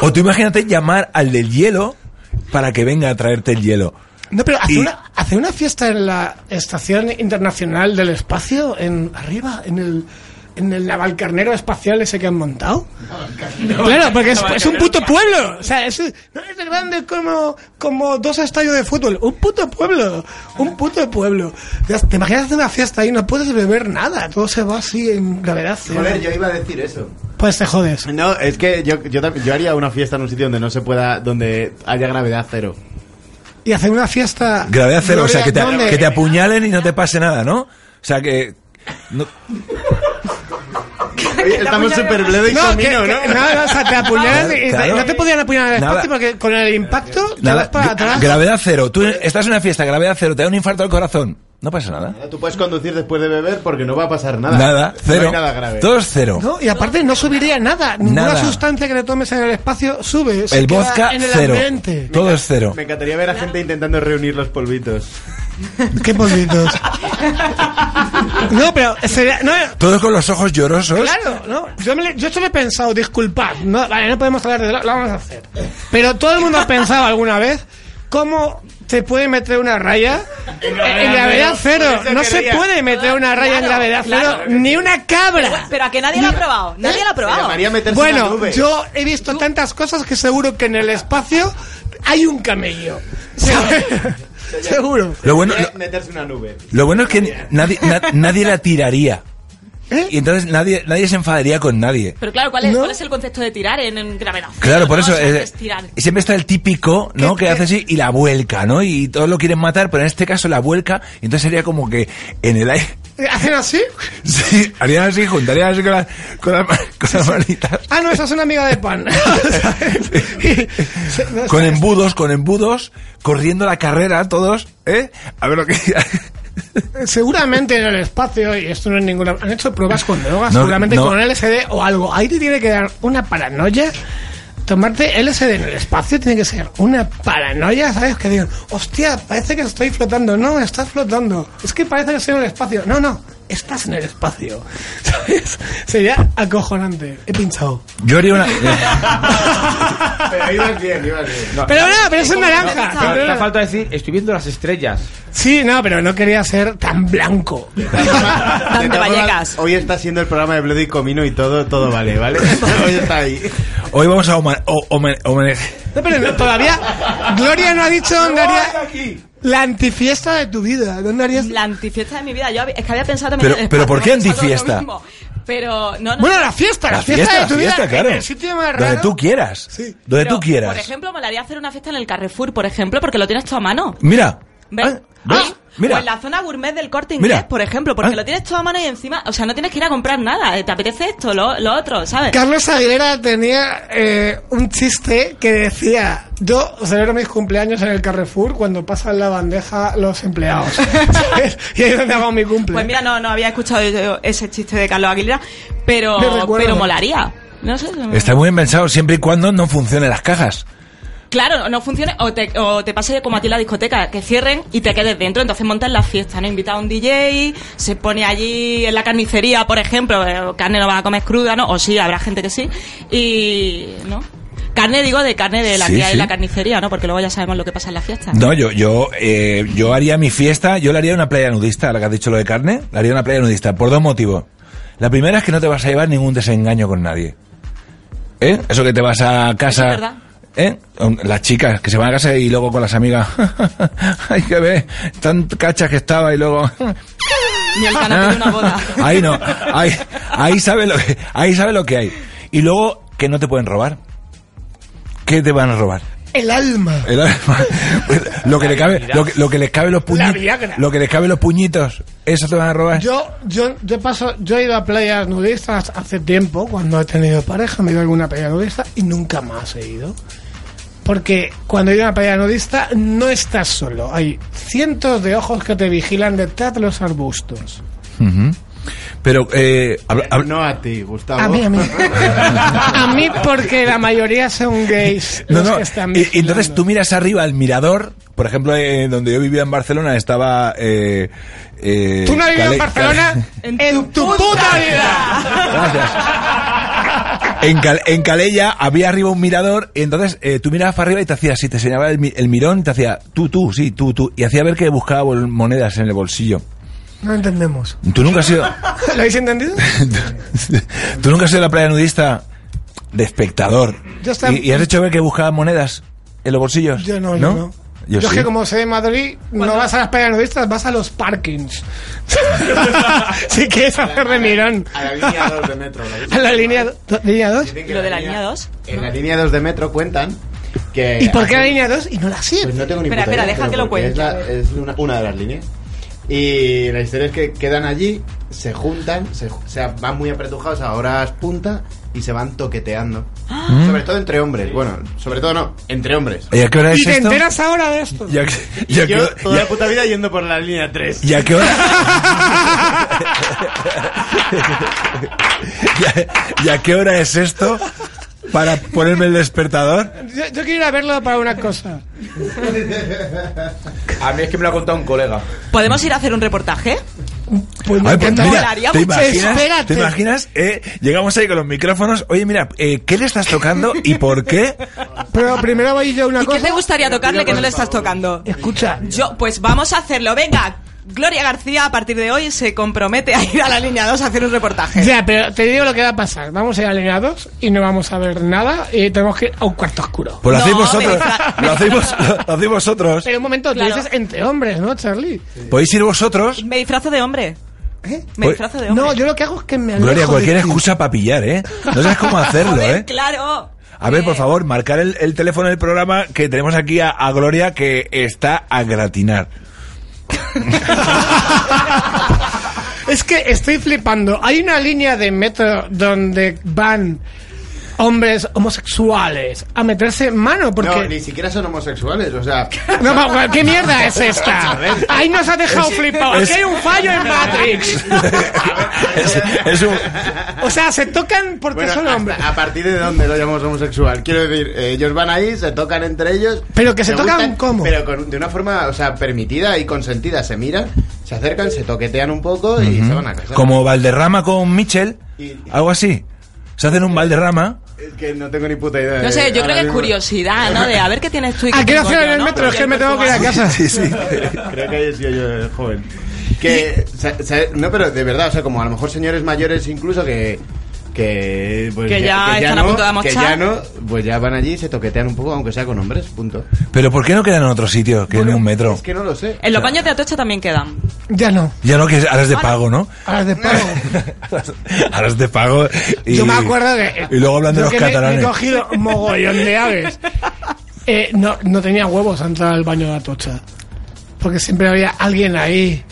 Speaker 5: O tú imagínate llamar al del hielo para que venga a traerte el hielo.
Speaker 6: No, pero hacer,
Speaker 5: Y-
Speaker 6: una, hacer una fiesta en la Estación Internacional del Espacio, en arriba, en el, en el navalcarnero espacial ese que han montado. claro, porque es, es un puto pueblo. O sea, es, no es tan grande como, como dos estadios de fútbol. Un puto pueblo. Un puto pueblo. Ya, Te imaginas hacer una fiesta y no puedes beber nada. Todo se va así en gravedad. cero.
Speaker 1: Joder, yo iba a decir eso.
Speaker 6: Pues te jodes.
Speaker 1: No, es que yo, yo, tam- yo haría una fiesta en un sitio donde no se pueda, donde haya gravedad cero.
Speaker 6: Y hacer una fiesta.
Speaker 5: Gravedad cero, o sea, que te,
Speaker 6: Gloria, ¿dónde?
Speaker 5: que te apuñalen y no te pase nada, ¿no? O sea, que... no-
Speaker 1: Oye, estamos súper bledo y
Speaker 6: No, que-
Speaker 1: comino,
Speaker 6: que-
Speaker 1: ¿no?
Speaker 6: no, no, o sea, te apuñalan y- y-
Speaker 5: Claro.
Speaker 6: no te podían apuñalar en el
Speaker 5: Nada.
Speaker 6: espacio porque con el impacto te
Speaker 5: Nada,
Speaker 6: vas para
Speaker 5: gra-
Speaker 6: atrás.
Speaker 5: Gravedad cero. Tú estás en una fiesta, gravedad cero, te da un infarto al corazón. No pasa nada.
Speaker 1: Tú puedes conducir después de beber porque no va a pasar nada.
Speaker 5: Nada, cero.
Speaker 1: No hay nada grave.
Speaker 5: Todo es cero.
Speaker 6: No, y aparte no subiría nada, ninguna
Speaker 5: Nada.
Speaker 6: sustancia que le tomes en el espacio sube, se
Speaker 5: el
Speaker 6: queda
Speaker 5: vodka,
Speaker 6: en el
Speaker 5: cero.
Speaker 6: ambiente.
Speaker 5: Todo es cero.
Speaker 1: Me encantaría ver a gente intentando reunir los polvitos.
Speaker 6: Qué bonitos. No, pero sería, no,
Speaker 5: Todos con los ojos llorosos.
Speaker 6: claro, no. Yo, me le- yo solo he pensado, disculpad, no, vale, no podemos hablar de lo, lo vamos a hacer. Pero todo el mundo ha pensado alguna vez cómo te puede meter una raya en, en gravedad cero.
Speaker 1: Eso
Speaker 6: No se
Speaker 1: quería.
Speaker 6: puede meter una raya en
Speaker 7: Claro,
Speaker 6: gravedad cero,
Speaker 7: claro.
Speaker 6: ni una cabra.
Speaker 7: Pero a que nadie lo ha probado. Nadie lo ha
Speaker 1: Me
Speaker 7: probado.
Speaker 1: llamaría meterse en la
Speaker 6: Bueno,
Speaker 1: nube.
Speaker 6: yo he visto tantas cosas que seguro que en el espacio hay un camello. ¿sabes? seguro.
Speaker 5: Lo bueno,
Speaker 1: Eh,
Speaker 5: lo,
Speaker 1: meterse en una nube.
Speaker 5: lo bueno es que nadie, na- nadie la tiraría.
Speaker 6: ¿Eh?
Speaker 5: Y entonces nadie, nadie se enfadaría con nadie.
Speaker 7: Pero claro, ¿cuál es,
Speaker 6: ¿No?
Speaker 7: cuál es el concepto de tirar en, en gravedad?
Speaker 5: Claro, por
Speaker 7: No,
Speaker 5: eso
Speaker 7: o sea,
Speaker 5: eh,
Speaker 7: es tirar.
Speaker 5: siempre está el típico, ¿no?
Speaker 6: ¿Qué-
Speaker 5: Que
Speaker 6: qué?
Speaker 5: hace así y la vuelca, ¿no? Y todos lo quieren matar, pero en este caso la vuelca, y entonces sería como que en el aire
Speaker 6: ¿Hacen así?
Speaker 5: Sí, harían así, juntarían así con, las- con, las ma- con las manitas.
Speaker 6: Ah, no, esa es una amiga de pan.
Speaker 5: Con embudos, con embudos, corriendo la carrera todos, ¿eh? A ver lo que...
Speaker 6: Seguramente en el espacio, y esto no es ninguna. Han hecho pruebas con drogas,
Speaker 5: No,
Speaker 6: seguramente
Speaker 5: no.
Speaker 6: con LSD o algo. Ahí te tiene que dar una paranoia. Tomarte LSD en el espacio tiene que ser una paranoia, ¿sabes? Que digan, hostia, parece que estoy flotando. No, estás flotando. Es que parece que estoy en el espacio. No, no, estás en el espacio. ¿Sabes? Sería acojonante. He pinchado.
Speaker 5: Yo haría una... eh,
Speaker 1: Pero ibas bien, ibas bien.
Speaker 8: No,
Speaker 6: Pero
Speaker 8: no,
Speaker 6: no, pero es un naranja.
Speaker 8: no,
Speaker 6: Pero
Speaker 8: te ha
Speaker 6: no.
Speaker 8: falta decir, estoy viendo las estrellas.
Speaker 6: Sí, no, pero no quería ser tan blanco.
Speaker 1: De todas formas,
Speaker 7: Vallecas.
Speaker 1: Hoy está siendo el programa de Bledo y Comino y todo, todo vale, ¿vale? Hoy está ahí.
Speaker 5: Hoy vamos a homa- o- homen- homenaje.
Speaker 6: No, pero no, todavía Gloria no ha dicho dónde haría la antifiesta de tu vida. ¿Dónde harías?
Speaker 7: La antifiesta de mi vida. Yo hab- es que había pensado también.
Speaker 5: Pero-
Speaker 7: en el
Speaker 5: pero
Speaker 7: spa,
Speaker 5: ¿por qué
Speaker 7: había pensado
Speaker 5: antifiesta?
Speaker 7: lo mismo. Pero no, no.
Speaker 6: Bueno, la fiesta, la,
Speaker 5: La fiesta,
Speaker 6: de tu
Speaker 5: la fiesta,
Speaker 6: vida.
Speaker 5: claro.
Speaker 6: En el sitio más
Speaker 5: Donde
Speaker 6: raro.
Speaker 5: tú quieras.
Speaker 6: Sí.
Speaker 5: Donde
Speaker 7: Pero,
Speaker 5: tú quieras.
Speaker 7: Por ejemplo, molaría hacer una fiesta en el Carrefour, por ejemplo, porque lo tienes todo a mano.
Speaker 5: Mira.
Speaker 7: ¿Ves?
Speaker 5: Ah, ¿ves?
Speaker 7: Sí.
Speaker 5: Mira.
Speaker 7: O en la zona gourmet del corte
Speaker 5: Mira.
Speaker 7: inglés, por ejemplo, porque
Speaker 5: Ah.
Speaker 7: lo tienes todo a mano y encima, o sea, no tienes que ir a comprar nada. eh, Te apetece esto, lo, lo otro, ¿sabes?
Speaker 6: Carlos Aguilera tenía eh, un chiste que decía: Yo celebro mis cumpleaños en el Carrefour cuando pasan la bandeja los empleados. ¿Sabes? y ahí es donde hago mi cumple.
Speaker 7: Pues mira, no, no había escuchado yo ese chiste de Carlos Aguilera, pero,
Speaker 6: Me recuerda.
Speaker 7: pero molaría. No sé. no-
Speaker 5: Está muy bien pensado siempre y cuando no funcionen las cajas.
Speaker 7: Claro, no funciona o te, o te pase como a ti en la discoteca, que cierren y te quedes dentro, entonces montas la fiesta, ¿no? Invita a un DJ, se pone allí en la carnicería, por ejemplo, eh, carne no vas a comer cruda, ¿no? O sí, habrá gente que sí, y... ¿no? Carne, digo, de carne de la
Speaker 5: Sí,
Speaker 7: que hay
Speaker 5: sí.
Speaker 7: en la carnicería, ¿no? Porque luego ya sabemos lo que pasa en la fiesta.
Speaker 5: No, yo, yo, eh, yo haría mi fiesta, yo la haría en una playa nudista, la que has dicho lo de carne, la haría en una playa nudista, por dos motivos. La primera es que no te vas a llevar ningún desengaño con nadie. ¿Eh? Eso que te vas a casa.
Speaker 7: Eso es verdad.
Speaker 5: ¿Eh? Con Las chicas que se van a casa y luego con las amigas. Hay que ver, tan cachas que estaba y luego.
Speaker 7: Ni el canapé de una boda.
Speaker 5: ahí no, ahí, ahí, sabe lo que, ahí sabe lo que hay. Y luego que no te pueden robar. ¿Qué te van a robar?
Speaker 6: El alma.
Speaker 5: El alma. lo que le cabe lo que, lo que les cabe los
Speaker 6: La
Speaker 5: puñitos
Speaker 6: Viagra.
Speaker 5: lo que les cabe los puñitos eso te van a robar
Speaker 6: Yo, yo, yo paso, yo he ido a playas nudistas hace tiempo, cuando he tenido pareja, me he ido a alguna playa nudista y nunca más he ido. Porque cuando he ido a una playa nudista no estás solo, hay cientos de ojos que te vigilan detrás de los arbustos.
Speaker 5: pero eh, habla- habla-
Speaker 1: No a ti, Gustavo.
Speaker 6: A mí, a mí. a mí porque la mayoría son gays.
Speaker 5: Oh. no,
Speaker 6: los
Speaker 5: no,
Speaker 6: que están
Speaker 5: y- y entonces
Speaker 6: vigilando.
Speaker 5: tú miras arriba al mirador por ejemplo eh, donde yo vivía en Barcelona estaba eh, eh,
Speaker 6: Tú no has vivido en
Speaker 5: Calais-
Speaker 6: Barcelona en, tu puta vida.
Speaker 5: Gracias. En, Cal- en Calella había arriba un mirador y entonces eh, tú mirabas para arriba y te hacía así, te señalaba el, mi- el mirón y te hacía tú, tú, sí, tú, tú. Y hacía ver que buscaba bol- monedas en el bolsillo.
Speaker 6: No entendemos.
Speaker 5: Tú nunca has sido...
Speaker 6: ¿Lo habéis entendido?
Speaker 5: Tú nunca has sido la playa nudista de espectador.
Speaker 6: Yo estaba-
Speaker 5: ¿Y, y has hecho ver que buscaba monedas en los bolsillos?
Speaker 6: Yo no, yo no.
Speaker 5: Yo,
Speaker 6: es
Speaker 5: sí.
Speaker 6: que como sé de Madrid, no vas a las playas nudistas, vas a los parkings. si quieres hacer de mirón.
Speaker 1: A la línea 2 de metro. ¿lo
Speaker 6: A
Speaker 1: viste?
Speaker 6: la línea 2.
Speaker 1: Dicen que
Speaker 7: Lo de la línea 2.
Speaker 1: En la línea 2 de metro cuentan que...
Speaker 6: ¿Y por qué la línea 2? Y no la
Speaker 1: Pues
Speaker 6: sirve.
Speaker 1: no tengo ni
Speaker 7: Espera,
Speaker 1: puta
Speaker 7: espera,
Speaker 1: idea,
Speaker 7: deja
Speaker 1: pero
Speaker 7: que lo
Speaker 1: porque
Speaker 7: cuente.
Speaker 1: Es, la- es una, una de las líneas. Y la historia es que quedan allí, se juntan, se, ju- o sea, van muy apretujados a horas punta y se van toqueteando.
Speaker 7: Ah.
Speaker 1: Sobre todo entre hombres. Bueno, sobre todo no, entre hombres.
Speaker 5: ¿Y a qué hora es
Speaker 6: Y te
Speaker 5: esto?
Speaker 6: enteras ahora de esto.
Speaker 5: ¿Y a, qué- y a
Speaker 1: Yo
Speaker 5: qué hora-
Speaker 1: toda la puta vida yendo por la línea 3.
Speaker 5: y a qué hora? ¿Y a- ¿Y a qué hora es esto? Para ponerme el despertador.
Speaker 6: Yo, yo quiero ir a verlo para una cosa.
Speaker 8: A mí es que me lo ha contado un colega.
Speaker 7: ¿Podemos ir a hacer un reportaje?
Speaker 6: Pues me
Speaker 5: Ay, pues
Speaker 6: encanta.
Speaker 5: mira,
Speaker 7: Molaría
Speaker 5: ¿te
Speaker 7: mucho.
Speaker 5: imaginas?
Speaker 6: Espérate.
Speaker 5: ¿Te imaginas? Eh, llegamos ahí con los micrófonos. Oye, mira, eh, ¿qué le estás tocando y por qué?
Speaker 6: Pero primero voy yo a una
Speaker 7: ¿Y qué
Speaker 6: cosa.
Speaker 7: te gustaría tocarle que no le estás tocando?
Speaker 6: Escucha,
Speaker 7: Yo, pues vamos a hacerlo. Venga, Gloria García a partir de hoy se compromete a ir a la línea 2 a hacer un reportaje.
Speaker 6: Ya, pero te digo lo que va a pasar. Vamos a ir alineados y no vamos a ver nada y tenemos que ir a un cuarto oscuro.
Speaker 5: Pues lo
Speaker 7: No,
Speaker 5: hacéis vosotros.
Speaker 7: me disfra- me
Speaker 5: Lo hacéis, vos- lo hacéis vosotros.
Speaker 6: Pero un momento, tú
Speaker 7: Claro.
Speaker 6: dices entre hombres, ¿no, Charlie?
Speaker 5: Podéis ir vosotros.
Speaker 7: Me disfrazo de hombre.
Speaker 6: ¿Eh?
Speaker 7: Me
Speaker 5: Oye,
Speaker 7: disfrazo de hombre.
Speaker 6: No, yo lo que hago es que me alejo
Speaker 5: Gloria,
Speaker 6: de
Speaker 5: cualquier
Speaker 6: ti.
Speaker 5: excusa para pillar, ¿eh? No sabes cómo hacerlo,
Speaker 7: Joder,
Speaker 5: ¿eh?
Speaker 7: Claro.
Speaker 5: A ver, por
Speaker 7: Eh,
Speaker 5: favor, marcar el, el teléfono del programa que tenemos aquí a, a Gloria que está a gratinar.
Speaker 6: Es que estoy flipando. Hay una línea de metro donde van hombres homosexuales a meterse en mano
Speaker 1: No, ni
Speaker 6: porque...
Speaker 1: siquiera son homosexuales, o sea...
Speaker 6: No, pa- pa- ¿Qué mierda es esta? Ahí nos ha dejado flipado.
Speaker 5: es-
Speaker 6: Aquí hay un fallo en Matrix.
Speaker 5: Es, es un-
Speaker 6: O sea, se tocan porque
Speaker 1: Bueno,
Speaker 6: son
Speaker 1: hasta-
Speaker 6: hombres.
Speaker 1: ¿a partir de dónde lo llamamos homosexual? Quiero decir, eh, ellos van ahí, se tocan entre ellos.
Speaker 6: Pero que se tocan
Speaker 1: gustan,
Speaker 6: ¿cómo?
Speaker 1: Pero con- de una forma, o sea, permitida y consentida. Se miran, se acercan, se toquetean un poco y se van a casa.
Speaker 5: como Valderrama con Mitchell,
Speaker 1: Y-
Speaker 5: algo así. Se hacen un Valderrama.
Speaker 1: Es que no tengo ni puta idea.
Speaker 7: No sé,
Speaker 1: eh,
Speaker 7: yo creo
Speaker 1: ahora
Speaker 7: que es
Speaker 1: mismo.
Speaker 7: curiosidad, ¿no? De a ver qué tienes tú y
Speaker 6: ¿A qué
Speaker 7: tengo
Speaker 6: hora cierran
Speaker 7: yo,
Speaker 6: el
Speaker 7: ¿no?
Speaker 6: metro? Es que me tengo que ir a casa.
Speaker 5: Sí, sí.
Speaker 1: Creo que haya sido yo eh, joven. Que, sa- sa- no, pero de verdad, o sea, como a lo mejor señores mayores incluso que que, pues,
Speaker 7: Que ya están a punto de
Speaker 1: que
Speaker 7: amochar.
Speaker 1: ya no, pues ya van allí y se toquetean un poco, aunque sea con hombres, punto.
Speaker 5: Pero ¿por qué no quedan en otro sitio que en un metro?
Speaker 1: Es que no lo sé.
Speaker 7: En los baños de Atocha también quedan.
Speaker 6: Ya no.
Speaker 5: Ya no, que ahora es de pago, ¿no?
Speaker 6: Ahora de pago.
Speaker 5: Ahora es de pago. Y,
Speaker 6: Yo me acuerdo que.
Speaker 5: Y luego hablan de
Speaker 6: yo
Speaker 5: los
Speaker 6: que me-
Speaker 5: catalanes.
Speaker 6: Me he cogido mogollón de aves. Eh, no, no tenía huevos a entrar al baño de la tocha. Porque siempre había alguien ahí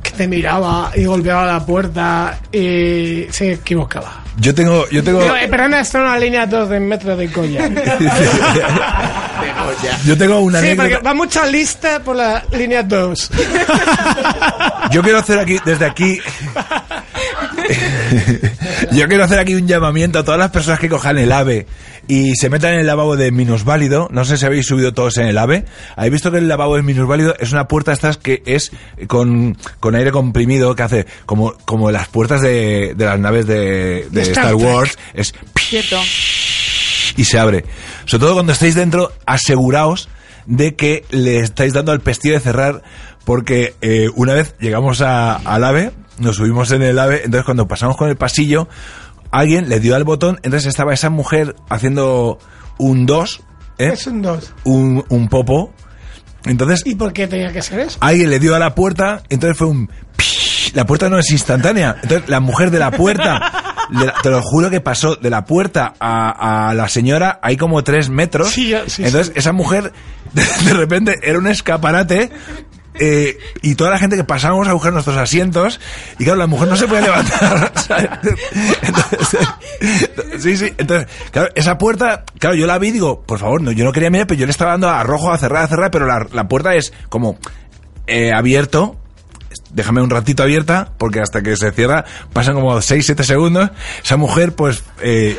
Speaker 6: que te miraba y golpeaba la puerta y se equivocaba.
Speaker 5: Yo tengo. Yo tengo...
Speaker 6: Pero, eh, pero no está en una línea 2 de metro de coña.
Speaker 5: Yo tengo una
Speaker 6: Sí, porque
Speaker 5: anécdota.
Speaker 6: va mucha lista por la línea 2.
Speaker 5: Yo quiero hacer aquí, desde aquí. Yo quiero hacer aquí un llamamiento a todas las personas que cojan el AVE y se metan en el lavabo de minusválido. No sé si habéis subido todos en el AVE. Habéis visto que el lavabo de minusválido es una puerta estas que es con, con aire comprimido que hace como, como las puertas de, de las naves de, de
Speaker 6: De Star
Speaker 5: Star,
Speaker 6: Trek.
Speaker 5: Wars. Es
Speaker 7: Cierto.
Speaker 5: y se abre. Sobre todo cuando estéis dentro, aseguraos de que le estáis dando al pestillo de cerrar, porque eh, una vez llegamos a- al ave, nos subimos en el ave, entonces cuando pasamos con el pasillo, alguien le dio al botón, entonces estaba esa mujer haciendo un 2, ¿eh?
Speaker 6: Es un 2.
Speaker 5: un, un popo. Entonces
Speaker 6: ¿Y por qué tenía que ser eso?
Speaker 5: alguien le dio a la puerta, entonces fue un... pi- La puerta no es instantánea. Entonces la mujer de la puerta, de la- te lo juro que pasó de la puerta a, a la señora, hay como tres metros.
Speaker 6: Sí, ya, sí,
Speaker 5: entonces
Speaker 6: sí.
Speaker 5: esa mujer de, de repente era un escaparate. eh, y toda la gente que pasábamos a buscar nuestros asientos y claro la mujer no se podía levantar ¿sabes? entonces sí sí entonces claro esa puerta claro yo la vi y digo por favor no yo no quería mirar pero yo le estaba dando a rojo a cerrar a cerrar pero la, la puerta es como eh, abierto. Déjame un ratito abierta, porque hasta que se cierra pasan como 6-7 segundos. Esa mujer, pues. eh,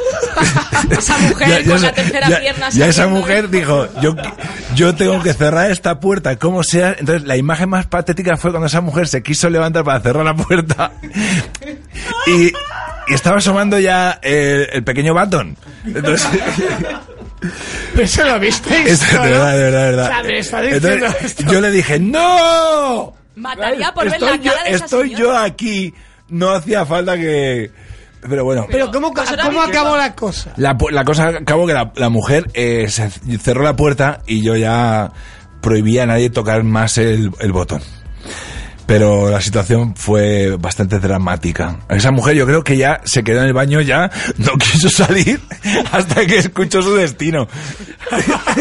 Speaker 7: Esa mujer con la
Speaker 5: esa-
Speaker 7: tercera
Speaker 5: ya-
Speaker 7: pierna.
Speaker 5: ya esa
Speaker 7: saliendo de-
Speaker 5: mujer dijo: yo, yo tengo que cerrar esta puerta, como sea. Entonces, la imagen más patética fue cuando esa mujer se quiso levantar para cerrar la puerta. Y, y estaba asomando ya eh, el pequeño Baton. Entonces.
Speaker 6: Pero eso lo visteis.
Speaker 5: es- de
Speaker 6: ¿no?
Speaker 5: verdad, de verdad, de verdad.
Speaker 6: O sea, me está diciendo
Speaker 5: Entonces,
Speaker 6: esto.
Speaker 5: yo le dije: ¡No!
Speaker 7: Mataría por ver la
Speaker 5: estoy
Speaker 7: cara
Speaker 5: yo,
Speaker 7: de esa
Speaker 5: estoy
Speaker 7: señora.
Speaker 5: yo aquí. No hacía falta que. Pero bueno.
Speaker 6: Pero ¿cómo,
Speaker 7: Pues era
Speaker 6: ¿cómo
Speaker 7: mi-
Speaker 6: acabó la cosa?
Speaker 5: la, pu- la cosa acabó que la, la mujer eh, se c- cerró la puerta y yo ya prohibía a nadie tocar más el, el botón. Pero la situación fue bastante dramática. Esa mujer yo creo que ya se quedó en el baño, ya no quiso salir hasta que escuchó su destino.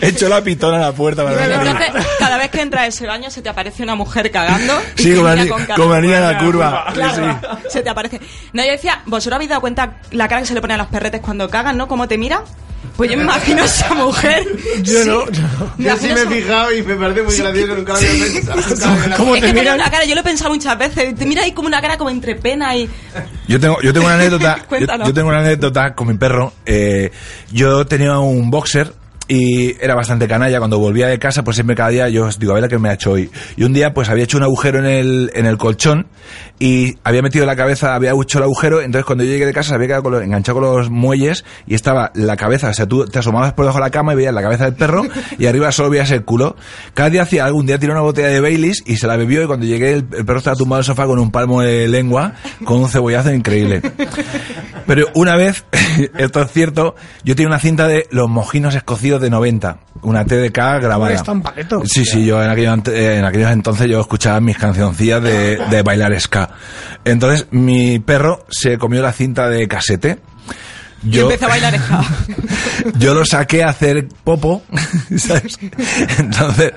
Speaker 5: Echó la pitona a la puerta. Para no
Speaker 7: Y
Speaker 5: salir.
Speaker 7: entonces, cada vez que entra a ese baño, se te aparece una mujer cagando. y
Speaker 5: Sí,
Speaker 7: te
Speaker 5: como la,
Speaker 7: mira
Speaker 5: ni-
Speaker 7: con cara-
Speaker 5: como la niña de la curva. Sí, sí.
Speaker 7: Claro, se te aparece. No, yo decía, vosotros habéis dado cuenta la cara que se le pone a los perretes cuando cagan, ¿no? ¿Cómo te miran? Pues yo me imagino a esa mujer.
Speaker 6: Yo
Speaker 7: Sí.
Speaker 6: no, no.
Speaker 1: Yo sí
Speaker 7: imagino
Speaker 1: me
Speaker 7: a
Speaker 1: he
Speaker 7: esa-
Speaker 1: fijado y me parece muy gracioso, nunca lo había pensado. Nunca lo había
Speaker 6: ¿Cómo
Speaker 7: Es
Speaker 6: te
Speaker 7: que pone
Speaker 6: miran?
Speaker 7: una cara, yo lo he pensado muchas veces. Te mira ahí como una cara como entre pena y.
Speaker 5: Yo tengo, yo tengo una anécdota. yo,
Speaker 7: Cuéntalo.
Speaker 5: yo tengo una anécdota con mi perro. Eh, yo tenía un boxer y era bastante canalla. Cuando volvía de casa, pues siempre cada día yo os digo, a ver la que me ha hecho hoy. Y un día, pues había hecho un agujero en el, en el colchón y había metido la cabeza, había hecho el agujero. Entonces, cuando yo llegué de casa, se había quedado con los- enganchado con los muelles y estaba la cabeza. O sea, tú te asomabas por debajo de la cama y veías la cabeza del perro y arriba solo veías el culo. Cada día hacía algún día tiró una botella de Baileys y se la bebió. Y cuando llegué, el, el perro estaba tumbado en el sofá con un palmo de lengua, con un cebollazo increíble. Pero una vez, esto es cierto, yo tenía una cinta de Los Mojinos Escocidos de 90, una TDK grabada.
Speaker 6: Eres tan paleto.
Speaker 5: Sí, sí, yo en, aquello ante- eh, en aquellos entonces yo escuchaba mis cancioncillas de, de bailar ska. Entonces mi perro se comió la cinta de casete.
Speaker 7: y empecé a bailar ja.
Speaker 5: Yo lo saqué a hacer popo, ¿sabes? Entonces,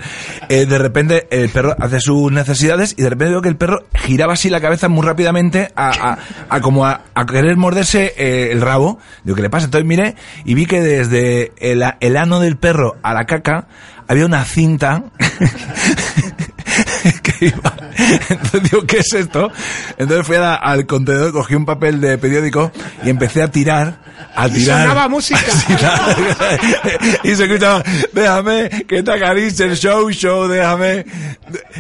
Speaker 5: eh, de repente el perro hace sus necesidades y de repente veo que el perro giraba así la cabeza muy rápidamente a, a- a como a, a querer morderse eh, el rabo. Digo, ¿qué le pasa? Entonces miré y vi que desde el, a- el ano del perro a la caca había una cinta que iba. Entonces digo, ¿qué es esto? Entonces fui a la- al contenedor, cogí un papel de periódico y empecé a tirar, a
Speaker 6: Y
Speaker 5: tirar.
Speaker 6: sonaba música.
Speaker 5: Sí, claro. y se escuchaba, déjame que te acaricie el show, show, déjame.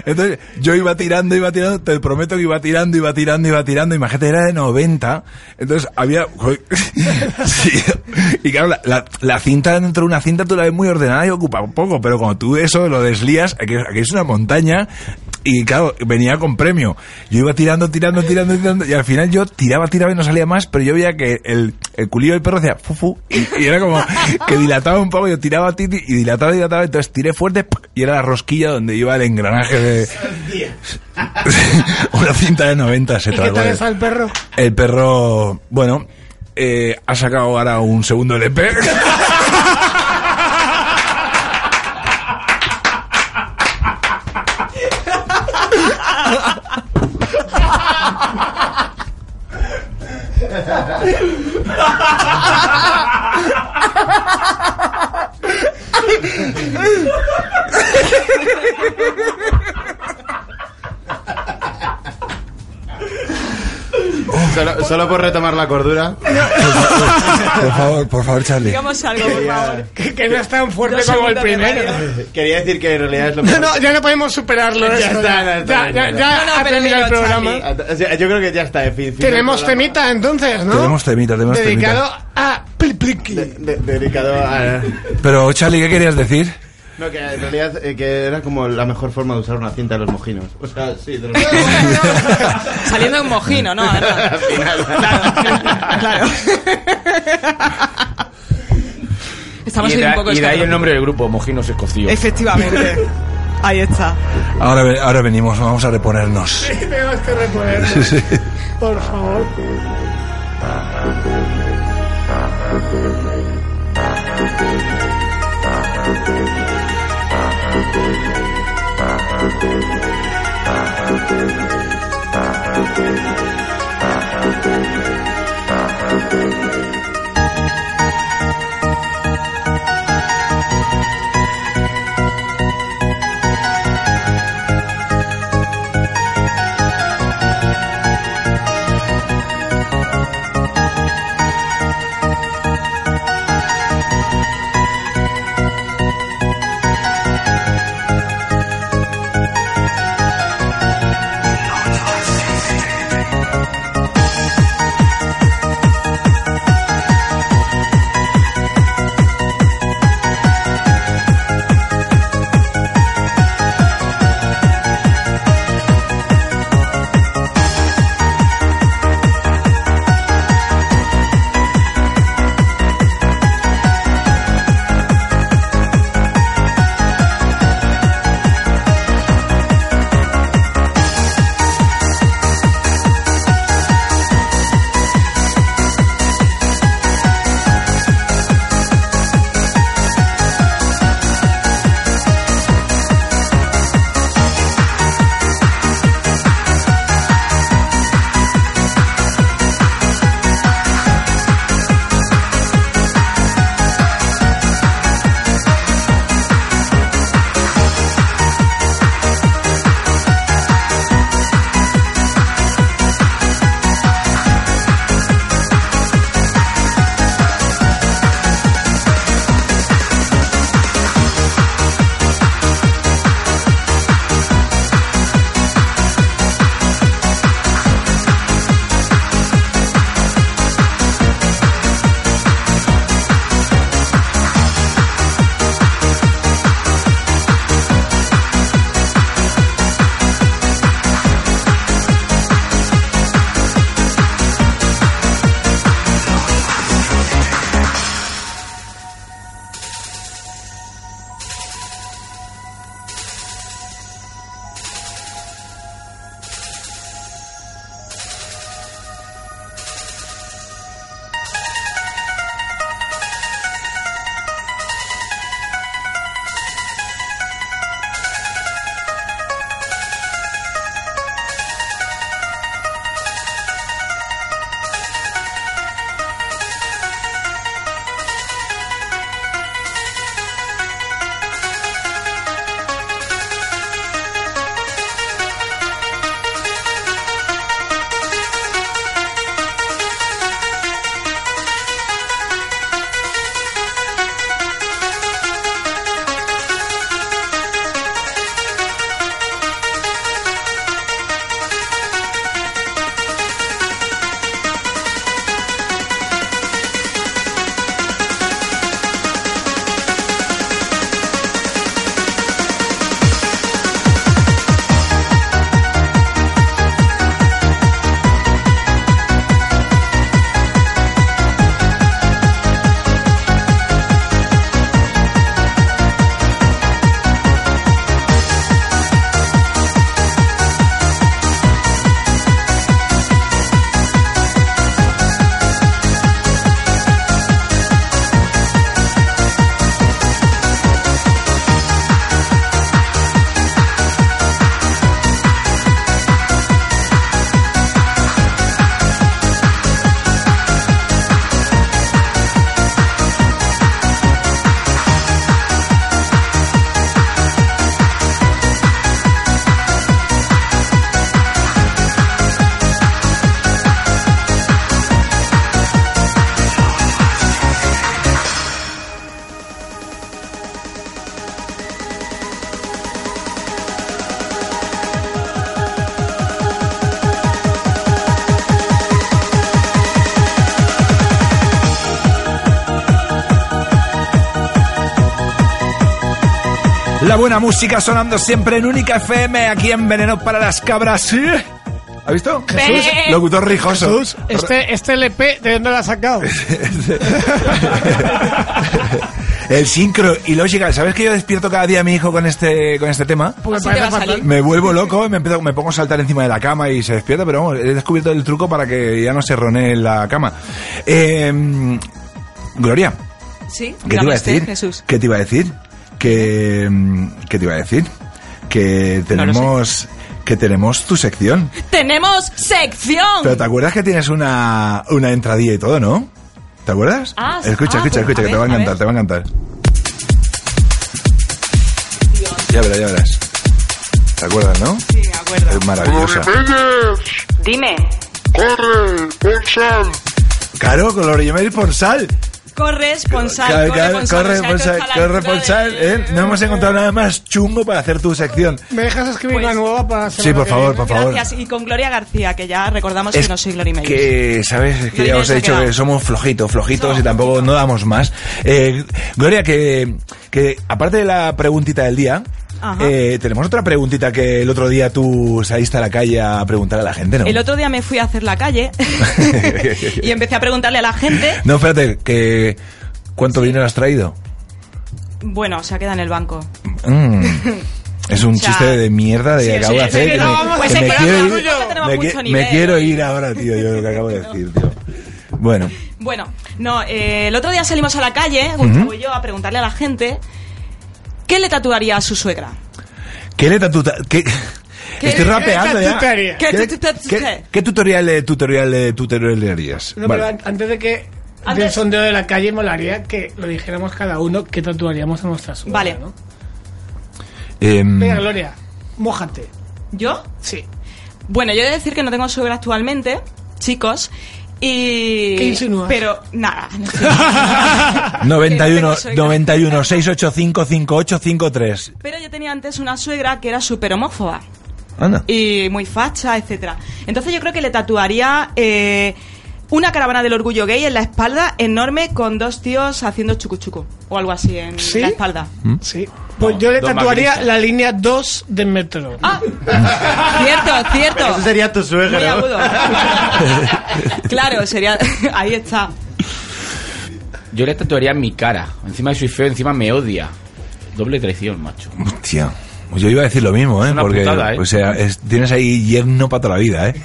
Speaker 5: Entonces yo iba tirando, iba tirando, te prometo que iba tirando, iba tirando, iba tirando. Imagínate, era de 90. Entonces había... Sí. Y claro, la, la- la cinta dentro de una cinta tú la ves muy ordenada y ocupa poco, pero cuando tú eso lo deslías, aquí, aquí es una montaña. Y claro, venía con premio. Yo iba tirando, tirando, tirando, tirando. Y al final yo tiraba, tiraba y no salía más. Pero yo veía que el, el culillo del perro hacía fufu. Y, y era como que dilataba un poco. Yo tiraba, titi, y dilataba, dilataba. Entonces tiré fuerte ¡pac! y era la rosquilla donde iba el engranaje de. Una cinta de 90 se
Speaker 6: ¿Y qué
Speaker 5: tragó.
Speaker 6: tal
Speaker 5: el-
Speaker 6: está el perro?
Speaker 5: El perro, bueno, eh, ha sacado ahora un segundo LP.
Speaker 1: Solo, solo por retomar la cordura.
Speaker 5: Por favor, por favor, Charlie.
Speaker 7: Digamos algo, por favor.
Speaker 6: Que, que no es tan fuerte
Speaker 7: Dos
Speaker 6: como el
Speaker 7: segundos de
Speaker 6: primero.
Speaker 7: radio.
Speaker 1: Quería decir que en realidad es lo
Speaker 6: No,
Speaker 1: mejor.
Speaker 6: no, ya no podemos superarlo.
Speaker 1: Ya
Speaker 6: esto.
Speaker 1: está, no, está
Speaker 6: ya,
Speaker 1: bien,
Speaker 6: ya-
Speaker 1: ya.
Speaker 6: ya
Speaker 7: No, no,
Speaker 6: ha
Speaker 7: pero
Speaker 6: terminado el
Speaker 7: dilo, Charlie.
Speaker 6: programa.
Speaker 1: O sea, yo creo que ya está. fin- fin del
Speaker 6: Tenemos
Speaker 1: programa.
Speaker 6: temita entonces, ¿no?
Speaker 5: Tenemos temita, tenemos
Speaker 6: Dedicado
Speaker 5: temita.
Speaker 6: a Plipliqui.
Speaker 1: De- de- dedicado a.
Speaker 5: Pero, Charlie, ¿qué querías decir?
Speaker 1: No, que en realidad eh, que era como la mejor forma de usar una cinta de los mojinos. O sea, sí, de los
Speaker 7: Saliendo en mojino, ¿no? Ahora.
Speaker 1: Al final.
Speaker 7: Claro. Estamos
Speaker 8: Y
Speaker 7: ahí
Speaker 8: de,
Speaker 7: un poco
Speaker 8: y de ahí
Speaker 7: escatológicos.
Speaker 8: el nombre del grupo, Mojinos Escocíos.
Speaker 9: Efectivamente. Ahí está.
Speaker 5: Ahora, ve- ahora venimos, vamos a reponernos.
Speaker 6: Tenemos que reponerlo. Por favor.
Speaker 10: Thank
Speaker 5: La buena música sonando siempre en Única FM, aquí en Veneno para las Cabras. ¿Ha visto?
Speaker 7: Jesús.
Speaker 5: Locutor rijoso.
Speaker 6: Este, este LP, ¿de dónde lo has sacado?
Speaker 5: El sincro y logical. ¿Sabes que yo despierto cada día a mi hijo con este, con este tema?
Speaker 7: Pues sí te va a salir.
Speaker 5: Me vuelvo loco, me, empiezo- me pongo a saltar encima de la cama y se despierta, pero vamos, he descubierto el truco para que ya no se ronee en la cama. Eh, Gloria,
Speaker 7: Sí,
Speaker 5: ¿qué te
Speaker 7: dame
Speaker 5: iba a
Speaker 7: este,
Speaker 5: decir?
Speaker 7: Jesús.
Speaker 5: ¿Qué te iba a decir? Que, mm, ¿Qué te iba a decir? Que
Speaker 7: No lo sé.
Speaker 5: tenemos, que tenemos tu sección.
Speaker 7: Tenemos sección.
Speaker 5: Pero te acuerdas que tienes una, una entradilla y todo, ¿no? ¿Te acuerdas?
Speaker 7: Ah, sí.
Speaker 5: escucha, escucha,
Speaker 7: Ah, pues,
Speaker 5: escucha,
Speaker 7: a
Speaker 5: que te
Speaker 7: ver,
Speaker 5: va a
Speaker 7: a
Speaker 5: encantar,
Speaker 7: ver.
Speaker 5: te va a encantar. Ya verás, ya verás. ¿Te acuerdas, no?
Speaker 9: Sí, me acuerdo.
Speaker 5: Es maravillosa.
Speaker 7: Dime.
Speaker 5: Claro, con Lorellamel Ponsal.
Speaker 7: Corresponsal.
Speaker 5: Claro, claro,
Speaker 7: corresponsal.
Speaker 5: corresponsal, corresponsal, ¿eh? No hemos encontrado nada más chungo para hacer tu sección.
Speaker 6: ¿Me dejas escribir
Speaker 7: Pues-
Speaker 6: una nueva para la
Speaker 5: Sí,
Speaker 6: semana
Speaker 5: por
Speaker 6: que
Speaker 5: favor,
Speaker 6: viene?
Speaker 5: por favor.
Speaker 7: Gracias. Y con Gloria García, que ya recordamos
Speaker 5: Es
Speaker 7: que no soy Gloria Mavis.
Speaker 5: Que, ¿sabes? Es que
Speaker 7: Gloria
Speaker 5: ya
Speaker 7: no
Speaker 5: os
Speaker 7: se
Speaker 5: he
Speaker 7: ha
Speaker 5: dicho
Speaker 7: quedado.
Speaker 5: que somos flojitos, flojitos y tampoco no damos más. Eh, Gloria, que, que aparte de la preguntita del día,
Speaker 7: Ajá.
Speaker 5: eh, tenemos otra preguntita que el otro día tú saliste a la calle a preguntar a la gente, ¿no?
Speaker 7: El otro día me fui a hacer la calle y empecé a preguntarle a la gente.
Speaker 5: No, espérate, que... ¿Cuánto dinero has traído?
Speaker 7: Bueno, se ha quedado en el banco.
Speaker 5: Mm. Es un
Speaker 7: O sea,
Speaker 5: chiste de mierda de
Speaker 7: sí,
Speaker 5: que acabo
Speaker 7: sí,
Speaker 5: de
Speaker 7: sí,
Speaker 5: hacer.
Speaker 7: sí,
Speaker 5: que
Speaker 7: no, pues
Speaker 5: me-
Speaker 7: vamos
Speaker 5: que
Speaker 7: a hacer
Speaker 5: me
Speaker 7: que
Speaker 5: quiero
Speaker 7: no,
Speaker 5: ir-
Speaker 7: no tenemos
Speaker 5: me
Speaker 7: mucho
Speaker 5: qui-
Speaker 7: nivel. ¿eh?
Speaker 5: me quiero ir ahora, tío, yo lo que acabo de decir, tío. Bueno,
Speaker 7: Bueno, no, eh, el otro día salimos a la calle, Gustavo y yo, a preguntarle a la gente qué le tatuaría a su suegra.
Speaker 5: ¿Qué le tatuta- qué-
Speaker 7: ¿Qué-
Speaker 5: Estoy
Speaker 7: qué
Speaker 5: rapeando este ya.
Speaker 6: tatuaría?
Speaker 7: ¿Qué
Speaker 5: ¿Qué,
Speaker 7: tatu-
Speaker 5: qué- qué tutorial, eh, tutorial, eh, tutorial le harías?
Speaker 6: No,
Speaker 5: Vale.
Speaker 6: pero an- antes de que
Speaker 7: Antes-
Speaker 6: del sondeo de la calle, molaría que lo dijéramos cada uno que tatuaríamos a nuestra suegra.
Speaker 7: Vale.
Speaker 6: ¿no?
Speaker 5: Em,
Speaker 6: Venga, Gloria, mójate.
Speaker 7: ¿Yo?
Speaker 6: Sí.
Speaker 7: Bueno, yo he de decir que no tengo suegra actualmente, chicos. Y...
Speaker 6: ¿Qué insinúas?
Speaker 7: Pero nada. no estoy- Que no
Speaker 5: 91,
Speaker 7: tengo suegra.
Speaker 5: 91 685 5853.
Speaker 7: Pero yo tenía antes una suegra que era súper homófoba
Speaker 5: Anda.
Speaker 7: y muy facha, etcétera. Entonces yo creo que le tatuaría eh, una caravana del orgullo gay en la espalda enorme con dos tíos haciendo chucuchuco o algo así en
Speaker 6: ¿Sí?
Speaker 7: la espalda.
Speaker 5: ¿Mm?
Speaker 6: Sí. Pues yo le
Speaker 8: dos
Speaker 6: tatuaría
Speaker 8: maquinistas.
Speaker 6: la línea 2 del metro.
Speaker 7: Ah, cierto, cierto.
Speaker 1: Eso sería tu suegra.
Speaker 7: Muy
Speaker 1: ¿no?
Speaker 7: agudo. claro, sería. Ahí está.
Speaker 8: Yo le tatuaría en mi cara. Encima soy feo, encima me odia. Doble traición, macho.
Speaker 5: Hostia. Pues Yo iba a decir lo mismo, ¿eh?
Speaker 8: una
Speaker 5: Porque
Speaker 8: putada, ¿eh?
Speaker 5: o sea, es- tienes ahí yerno para toda la vida, ¿eh?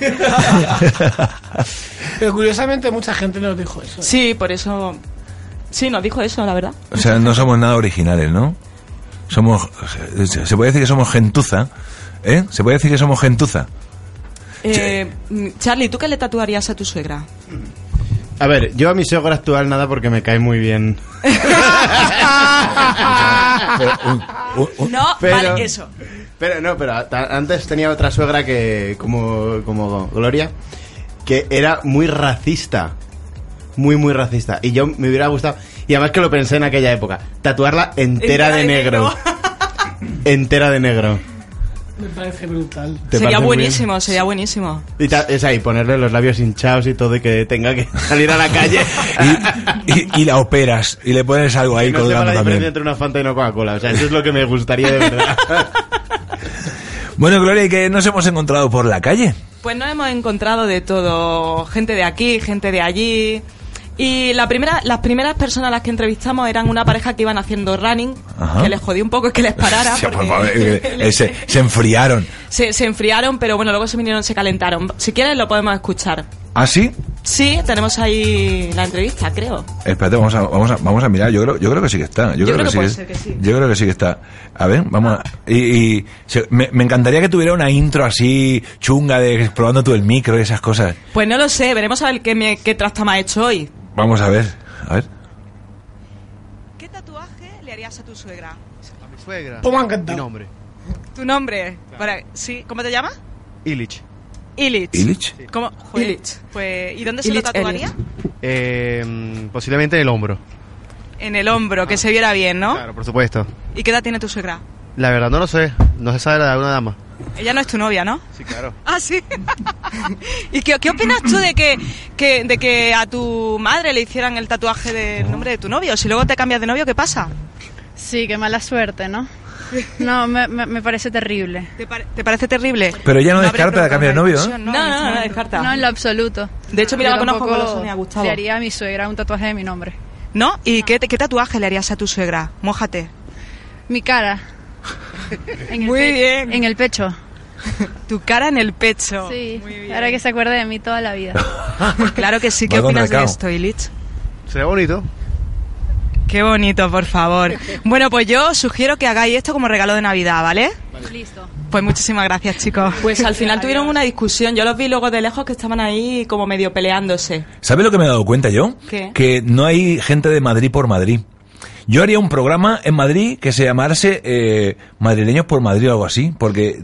Speaker 6: Pero curiosamente mucha gente nos dijo eso.
Speaker 7: Sí, por eso. Sí, nos dijo eso, la verdad.
Speaker 5: O sea, no somos nada originales, ¿no? Somos. Se se puede decir que somos gentuza, ¿eh? Se puede decir que somos gentuza.
Speaker 7: Eh, mm, Charlie, ¿tú qué le tatuarías a tu suegra?
Speaker 1: A ver, yo a mi suegra actual nada porque me cae muy bien.
Speaker 5: Pero, un- un- un-
Speaker 7: No,
Speaker 1: Pero-
Speaker 7: vale, eso.
Speaker 1: Pero no, pero a- ta- antes tenía otra suegra que, como, como Gloria, que era muy racista. Muy, muy racista. Y yo me hubiera gustado, y además que lo pensé en aquella época, tatuarla entera, de, negro. entera de negro.
Speaker 6: Me parece brutal.
Speaker 1: ¿Te
Speaker 7: Sería
Speaker 1: parece muy
Speaker 7: buenísimo, sería buenísimo.
Speaker 1: bien? Y ta- es ahí, ponerle los labios hinchados y todo y que tenga que salir a la calle.
Speaker 5: y, y- y la operas y le pones algo ahí
Speaker 1: Que no sepa
Speaker 5: colgando
Speaker 1: la diferencia
Speaker 5: también.
Speaker 1: entre una Fanta y una Coca-Cola. O sea, eso es lo que me gustaría de verdad.
Speaker 5: Bueno, Gloria, ¿y qué nos hemos encontrado por la calle?
Speaker 7: Pues nos hemos encontrado de todo, gente de aquí, gente de allí. Y la primera, las primeras personas a las que entrevistamos eran una pareja que iban haciendo running,
Speaker 5: Ajá.
Speaker 7: que les jodí un poco que les parara.
Speaker 5: Hostia, por
Speaker 7: porque-
Speaker 5: favor, eh, eh, se, se enfriaron.
Speaker 7: se, se enfriaron, pero bueno, luego se vinieron, se calentaron. Si quieres lo podemos escuchar.
Speaker 5: ¿Ah, sí?
Speaker 7: Sí, tenemos ahí la entrevista, creo.
Speaker 5: Espérate, vamos a, vamos a, vamos a mirar. Yo creo, yo creo que sí que está. Yo, creo, que, sí
Speaker 7: puede
Speaker 5: que-
Speaker 7: ser que sí.
Speaker 5: Yo creo que sí que está. A ver, vamos a. Y, y se- me, me encantaría que tuviera una intro así chunga de explorando tú el micro y esas cosas.
Speaker 7: Pues no lo sé, veremos a ver qué, me, qué trastama ha hecho hoy.
Speaker 5: Vamos a ver. A ver.
Speaker 7: ¿Qué tatuaje le harías a tu suegra?
Speaker 1: Suegra.
Speaker 6: ¿Cómo han cantado?
Speaker 1: nombre.
Speaker 7: ¿Tu nombre? Para, ¿sí? ¿Cómo te llamas?
Speaker 1: Illich.
Speaker 7: Illich.
Speaker 5: ¿Illich?
Speaker 7: ¿Cómo? Joder, Pues, ¿Y dónde se
Speaker 9: Illich
Speaker 7: lo tatuaría?
Speaker 1: Eh, posiblemente en el hombro.
Speaker 7: En el hombro, que se viera bien, ¿no?
Speaker 1: Ah. Claro, por supuesto.
Speaker 7: ¿Y qué edad tiene tu suegra?
Speaker 1: La verdad no lo sé. No se sabe la de una dama.
Speaker 7: Ella no es tu novia, ¿no?
Speaker 1: Sí, claro.
Speaker 7: Ah, sí. ¿Y qué, qué opinas tú de que, que- de que a tu madre le hicieran el tatuaje del nombre de tu novio? Si luego te cambias de novio, ¿qué pasa?
Speaker 9: Sí, qué mala suerte, ¿no?
Speaker 11: No, me, me- me parece terrible.
Speaker 7: ¿Te, parece terrible?
Speaker 5: Pero ella no
Speaker 7: No habrá
Speaker 5: descarta de cambiar de novio, ¿eh?
Speaker 3: No, no, no, no, descarta.
Speaker 11: No, en lo absoluto.
Speaker 3: De hecho, mira,
Speaker 11: Yo
Speaker 3: la conozco,
Speaker 11: tampoco
Speaker 3: por eso me ha gustado.
Speaker 11: Le haría a mi suegra un tatuaje de mi nombre.
Speaker 7: ¿No? ¿Y qué, qué tatuaje le harías a tu suegra? Mójate.
Speaker 11: Mi cara. En el
Speaker 7: Muy
Speaker 11: pe-
Speaker 7: bien.
Speaker 11: En el pecho.
Speaker 7: Tu cara en el pecho.
Speaker 11: Sí,
Speaker 7: Muy bien.
Speaker 11: para que se acuerde de mí toda la vida.
Speaker 7: Claro que sí.
Speaker 5: Va
Speaker 7: ¿Qué
Speaker 5: con
Speaker 7: opinas de
Speaker 5: recao.
Speaker 7: esto, Illich?
Speaker 1: Sería bonito.
Speaker 7: Qué bonito, por favor. Bueno, pues yo sugiero que hagáis esto como regalo de Navidad, ¿vale?
Speaker 11: Listo.
Speaker 7: Pues muchísimas gracias, chicos.
Speaker 3: Pues al final tuvieron una discusión. Yo los vi luego de lejos que estaban ahí como medio peleándose.
Speaker 5: ¿Sabes lo que me he dado cuenta yo?
Speaker 3: ¿Qué?
Speaker 5: Que no hay gente de Madrid por Madrid. Yo haría un programa en Madrid que se llamase eh, Madrileños por Madrid o algo así, porque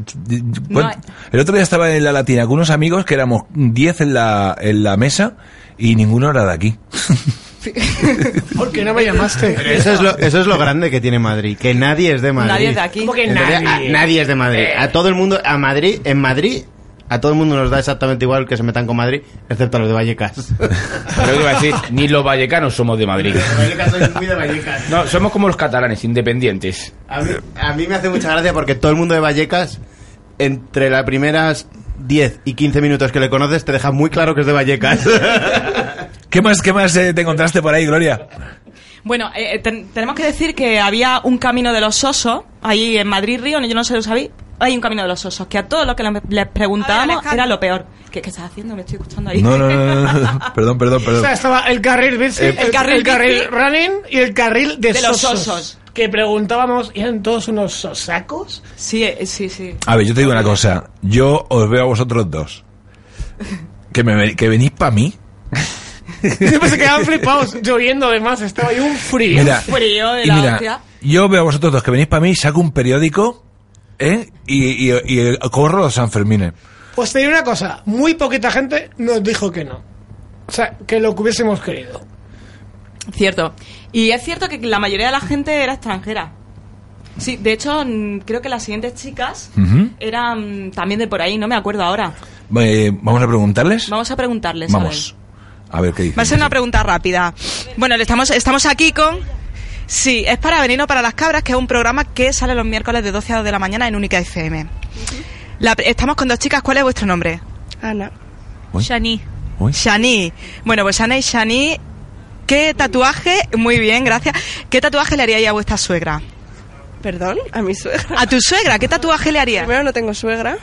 Speaker 5: bueno,
Speaker 3: hay-
Speaker 5: el otro día estaba en la Latina con unos amigos que éramos 10 en la, en la mesa y ninguno era de aquí.
Speaker 6: ¿Por qué no me llamaste?
Speaker 1: Pero eso es, lo, eso es lo grande que tiene Madrid, que nadie es de Madrid.
Speaker 3: Nadie es de aquí. Eh.
Speaker 6: ¿Cómo que
Speaker 1: En realidad, a-
Speaker 6: nadie?
Speaker 1: nadie es de Madrid. A todo el mundo, a Madrid, en Madrid, a todo el mundo nos da exactamente igual que se metan con Madrid, excepto a los de Vallecas.
Speaker 12: Creo que iba a decir, ni los vallecanos somos de Madrid.
Speaker 1: Vallecas soy muy de Vallecas.
Speaker 12: No, somos como los catalanes, independientes.
Speaker 1: A mí, a mí me hace mucha gracia porque todo el mundo de Vallecas, entre las primeras 10 y 15 minutos que le conoces, te deja muy claro que es de Vallecas.
Speaker 5: ¿Qué más, qué más eh, te encontraste por ahí, Gloria?
Speaker 3: Bueno, eh, eh, ten- tenemos que decir que había un camino de los osos ahí en Madrid Río, yo no sé si lo sabéis. Hay un camino de los osos, que a todos los que le- les
Speaker 7: A ver,
Speaker 3: preguntábamos
Speaker 7: Alejandro.
Speaker 3: era lo peor. ¿Qué, qué estás haciendo? Me estoy escuchando ahí.
Speaker 5: No, no, no, no, no. perdón, perdón,
Speaker 6: O
Speaker 5: perdón.
Speaker 6: sea, estaba el carril bici,
Speaker 5: Eh,
Speaker 6: el,
Speaker 3: carril
Speaker 6: carril, el carril
Speaker 3: bici.
Speaker 6: running y el carril de,
Speaker 3: De los
Speaker 6: sosos.
Speaker 3: osos.
Speaker 6: Que preguntábamos, ¿y eran todos unos sosacos?
Speaker 3: Sí, eh, sí, sí.
Speaker 5: A ver, yo te digo una cosa. Yo os veo a vosotros dos. Que, me, ven- que venís para mí.
Speaker 6: Siempre pues se quedaban flipados, lloviendo además, estaba ahí un frío.
Speaker 5: Mira,
Speaker 3: frío de
Speaker 5: y
Speaker 3: la
Speaker 5: mira,
Speaker 3: hostia.
Speaker 5: yo veo a vosotros dos que venís para mí, saco un periódico ¿eh? y, y- y corro los Sanfermines.
Speaker 6: Pues te diré una cosa, muy poquita gente nos dijo que no. O sea, que lo que hubiésemos querido.
Speaker 3: Cierto. Y es cierto que la mayoría de la gente era extranjera. Sí, de hecho, mm, creo que las siguientes chicas
Speaker 5: Ujú.
Speaker 3: eran también de por ahí, no me acuerdo ahora.
Speaker 5: Eh, Vamos a preguntarles.
Speaker 3: Vamos a preguntarles. a
Speaker 5: Vamos. A ver qué dicen.
Speaker 7: Va a ser una pregunta rápida. Bueno, le estamos, estamos aquí con... Sí, es para Veneno para las Cabras, que es un programa que sale los miércoles de 12 a 2 de la mañana en Única FM. La pre- estamos con dos chicas, ¿cuál es vuestro nombre?
Speaker 11: Ana.
Speaker 5: Uy,
Speaker 11: Shani.
Speaker 5: uy.
Speaker 7: Shani. Bueno, pues Ana y Shani, ¿qué tatuaje? Muy bien, gracias. ¿Qué tatuaje le haríais a vuestra suegra?
Speaker 8: Perdón, a mi suegra.
Speaker 7: ¿A tu suegra? ¿Qué tatuaje le harías?
Speaker 8: Primero no tengo suegra.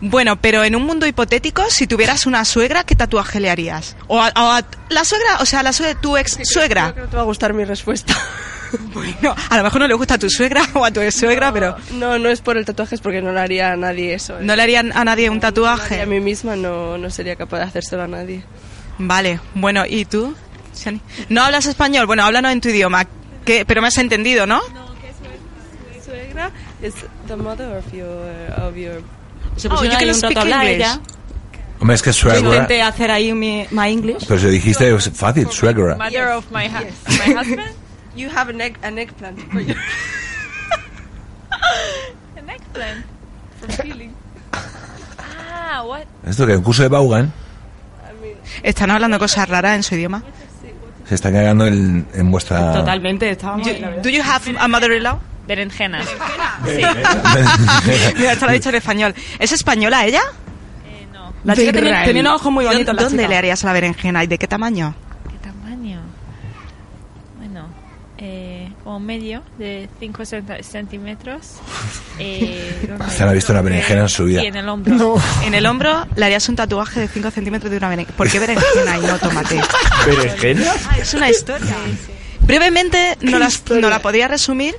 Speaker 7: Bueno, pero en un mundo hipotético, si tuvieras una suegra, ¿qué tatuaje le harías? O a, o a la suegra, o sea, la suegra, tu ex
Speaker 8: Creo
Speaker 7: suegra.
Speaker 8: que no te va a gustar mi respuesta.
Speaker 7: Bueno, a lo mejor no le gusta a tu suegra o a tu ex suegra, pero
Speaker 8: No, no es por el tatuaje, es porque no le haría a nadie eso. ¿eh?
Speaker 7: no le harían a nadie un
Speaker 8: No me haría A
Speaker 7: tatuaje.
Speaker 8: mí misma no, no sería capaz de hacérselo a nadie.
Speaker 7: Vale, bueno, ¿y tú? Shani? No hablas español, bueno, háblanos en tu idioma, que, pero me has entendido, ¿no?
Speaker 8: Suegra es the mother of your, of your-
Speaker 3: ver. Se
Speaker 7: Oh,
Speaker 3: pusieron
Speaker 7: you
Speaker 3: ahí
Speaker 7: can
Speaker 3: un rato
Speaker 7: speak
Speaker 3: a hablar
Speaker 7: English.
Speaker 3: ella.
Speaker 5: Hombre, es que
Speaker 3: Yo
Speaker 5: suegra.
Speaker 3: intenté hacer ahí mi my English.
Speaker 5: Pero si lo dijiste es fácil, suegra.
Speaker 8: Mother of my, my husband. You have an, egg, an eggplant. for your- Ah,
Speaker 5: Esto que en curso de Baugan
Speaker 7: Están hablando cosas raras en su idioma.
Speaker 5: se está cagando en, en vuestra.
Speaker 3: Totalmente, estábamos.
Speaker 7: You- do you have a mother-in-law?
Speaker 11: Berenjena.
Speaker 7: Mira, esto lo ha dicho en español. ¿Es española ella?
Speaker 3: Eh, La chica
Speaker 6: De
Speaker 3: tenía,
Speaker 6: Israel.
Speaker 3: tenía unos ojos muy bonitos.
Speaker 7: ¿Dónde
Speaker 3: la chica.
Speaker 7: le harías la berenjena y de qué tamaño?
Speaker 4: ¿Qué tamaño? Bueno, eh, como medio de 5 centímetros. Eh, ¿dónde?
Speaker 5: Se la ha visto una berenjena en su vida.
Speaker 4: Sí, en el hombro.
Speaker 7: En el hombro le harías un tatuaje de 5 centímetros de una berenjena. ¿Por qué berenjena y no tomate?
Speaker 12: ¿Berenjena?
Speaker 7: Ah, es una historia. Brevemente, ¿no, las- ¿no la podría resumir?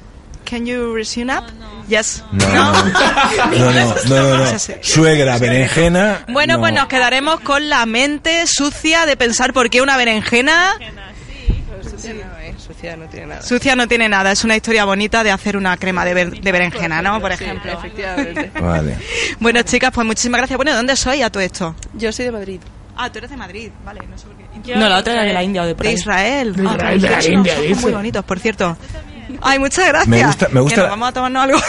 Speaker 7: Can you resume up? Yes.
Speaker 5: No, no, no, no, no, no. Suegra, berenjena.
Speaker 7: Bueno,
Speaker 5: no.
Speaker 7: pues nos quedaremos con la mente sucia de pensar por qué una berenjena
Speaker 8: Sucia no, eh, sucia no tiene nada.
Speaker 7: sucia no tiene nada. Es una historia bonita de hacer una crema de, ber- de berenjena, ¿no? Por
Speaker 8: Sí,
Speaker 7: ejemplo.
Speaker 8: efectivamente.
Speaker 5: Vale.
Speaker 7: Bueno, chicas, pues muchísimas gracias. Bueno, ¿dónde sois a todo esto?
Speaker 8: Yo soy de Madrid.
Speaker 7: Ah, tú eres de Madrid. Vale, no sé por qué.
Speaker 4: Yo-
Speaker 3: No, la otra era de la India o de por
Speaker 7: De
Speaker 3: ahí.
Speaker 7: Israel. Ah,
Speaker 6: Israel, de la
Speaker 7: que son
Speaker 6: India,
Speaker 7: ojos
Speaker 6: dice.
Speaker 7: muy bonitos, por cierto. Ay, muchas gracias.
Speaker 5: Me gusta- me gusta
Speaker 7: Que nos
Speaker 5: la-
Speaker 7: vamos a tomarnos algo.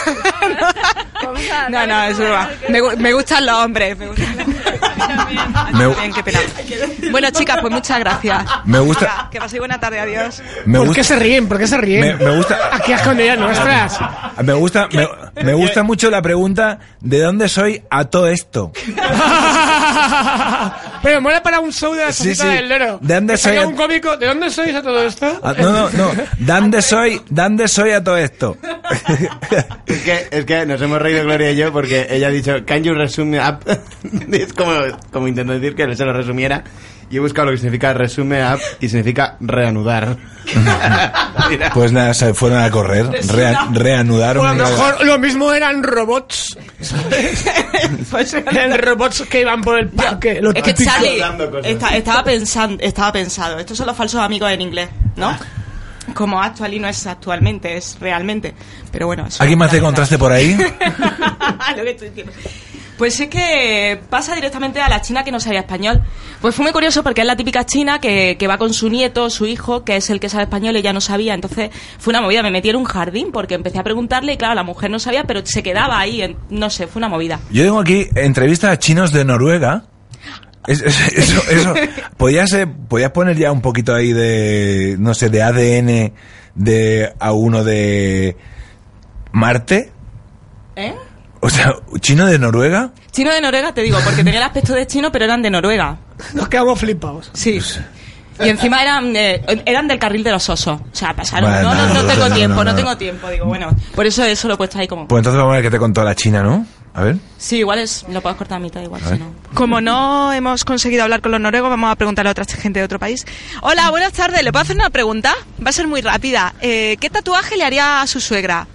Speaker 8: Vamos a-
Speaker 7: no, no, es broma. Me, gu- me gustan los hombres. me gustan los hombres.
Speaker 5: Me-
Speaker 9: Bien, qué pena. Bueno, chicas, pues muchas gracias.
Speaker 5: Me gusta-
Speaker 9: Venga, que paséis buena tarde, adiós.
Speaker 5: Me
Speaker 6: ¿Por
Speaker 5: gusta-
Speaker 6: qué se ríen? ¿Por qué se
Speaker 5: Me,
Speaker 6: ríen?
Speaker 5: me gusta,
Speaker 6: Aquí has con ellas nuestras.
Speaker 5: me gusta, me, me gusta mucho la pregunta de dónde soy a todo esto.
Speaker 6: Pero mola para un show de la
Speaker 5: Sí,
Speaker 6: sociedad
Speaker 5: sí.
Speaker 6: del loro.
Speaker 5: ¿De dónde
Speaker 6: Que
Speaker 5: soy?
Speaker 6: salga un cómico, ¿de dónde sois a todo esto?
Speaker 5: Ah, No, no, no. ¿Dónde soy, dónde soy a todo esto?
Speaker 1: Es que, es que nos hemos reído Gloria y yo porque ella ha dicho, can you resume up? es como, como intento decir que se lo resumiera. Y he buscado lo que significa resume up y significa reanudar.
Speaker 5: Pues nada, se fueron a correr, rea-
Speaker 6: O
Speaker 5: reanudaron.
Speaker 6: a lo mejor lo mismo eran robots. ¿sabes? Pues eran robots que iban por el parque. lo
Speaker 7: Es que
Speaker 6: típico.
Speaker 7: Charlie esta- estaba, pensando, estaba pensado. Estos son los falsos amigos en inglés, ¿no? Como actual y no es actualmente, es realmente. Pero bueno, eso.
Speaker 5: ¿Alguien más te encontraste por ahí?
Speaker 7: Lo que tú entiendes. Pues es que pasa directamente a la china que no sabía español. Pues fue muy curioso porque es la típica china que, que va con su nieto, su hijo, que es el que sabe español y ya no sabía. Entonces fue una movida. Me metí en un jardín porque empecé a preguntarle y claro, la mujer no sabía, pero se quedaba ahí. en- no sé, fue una movida.
Speaker 5: Yo tengo aquí entrevistas a chinos de Noruega. Es- es- eso, eso. ¿Podías, eh, podías poner ya un poquito ahí de, no sé, de ADN de a uno de Marte?
Speaker 7: ¿Eh?
Speaker 5: O sea, chino de Noruega.
Speaker 7: Chino de Noruega, te digo, porque tenía el aspecto de chino, pero eran de Noruega.
Speaker 6: Nos quedamos flipados.
Speaker 7: Sí. Y encima eran, eh, eran del carril de los osos. O sea, pasaron.
Speaker 5: Bueno,
Speaker 7: no, no, no
Speaker 5: no,
Speaker 7: tengo
Speaker 5: no,
Speaker 7: tiempo,
Speaker 5: no,
Speaker 7: no,
Speaker 5: no.
Speaker 7: tengo tiempo. Digo, bueno, por eso eso lo he puesto ahí como.
Speaker 5: Pues entonces vamos a ver qué te contó la China, ¿no? A ver.
Speaker 7: Sí, igual es, lo puedes cortar a mitad, igual,
Speaker 5: A
Speaker 7: si
Speaker 5: ver.
Speaker 7: no.
Speaker 9: Como no hemos conseguido hablar con los noruegos, vamos a preguntarle a otra gente de otro país. Hola, buenas tardes. ¿Le puedo hacer una pregunta? Va a ser muy rápida. Eh, ¿Qué tatuaje le haría a su suegra?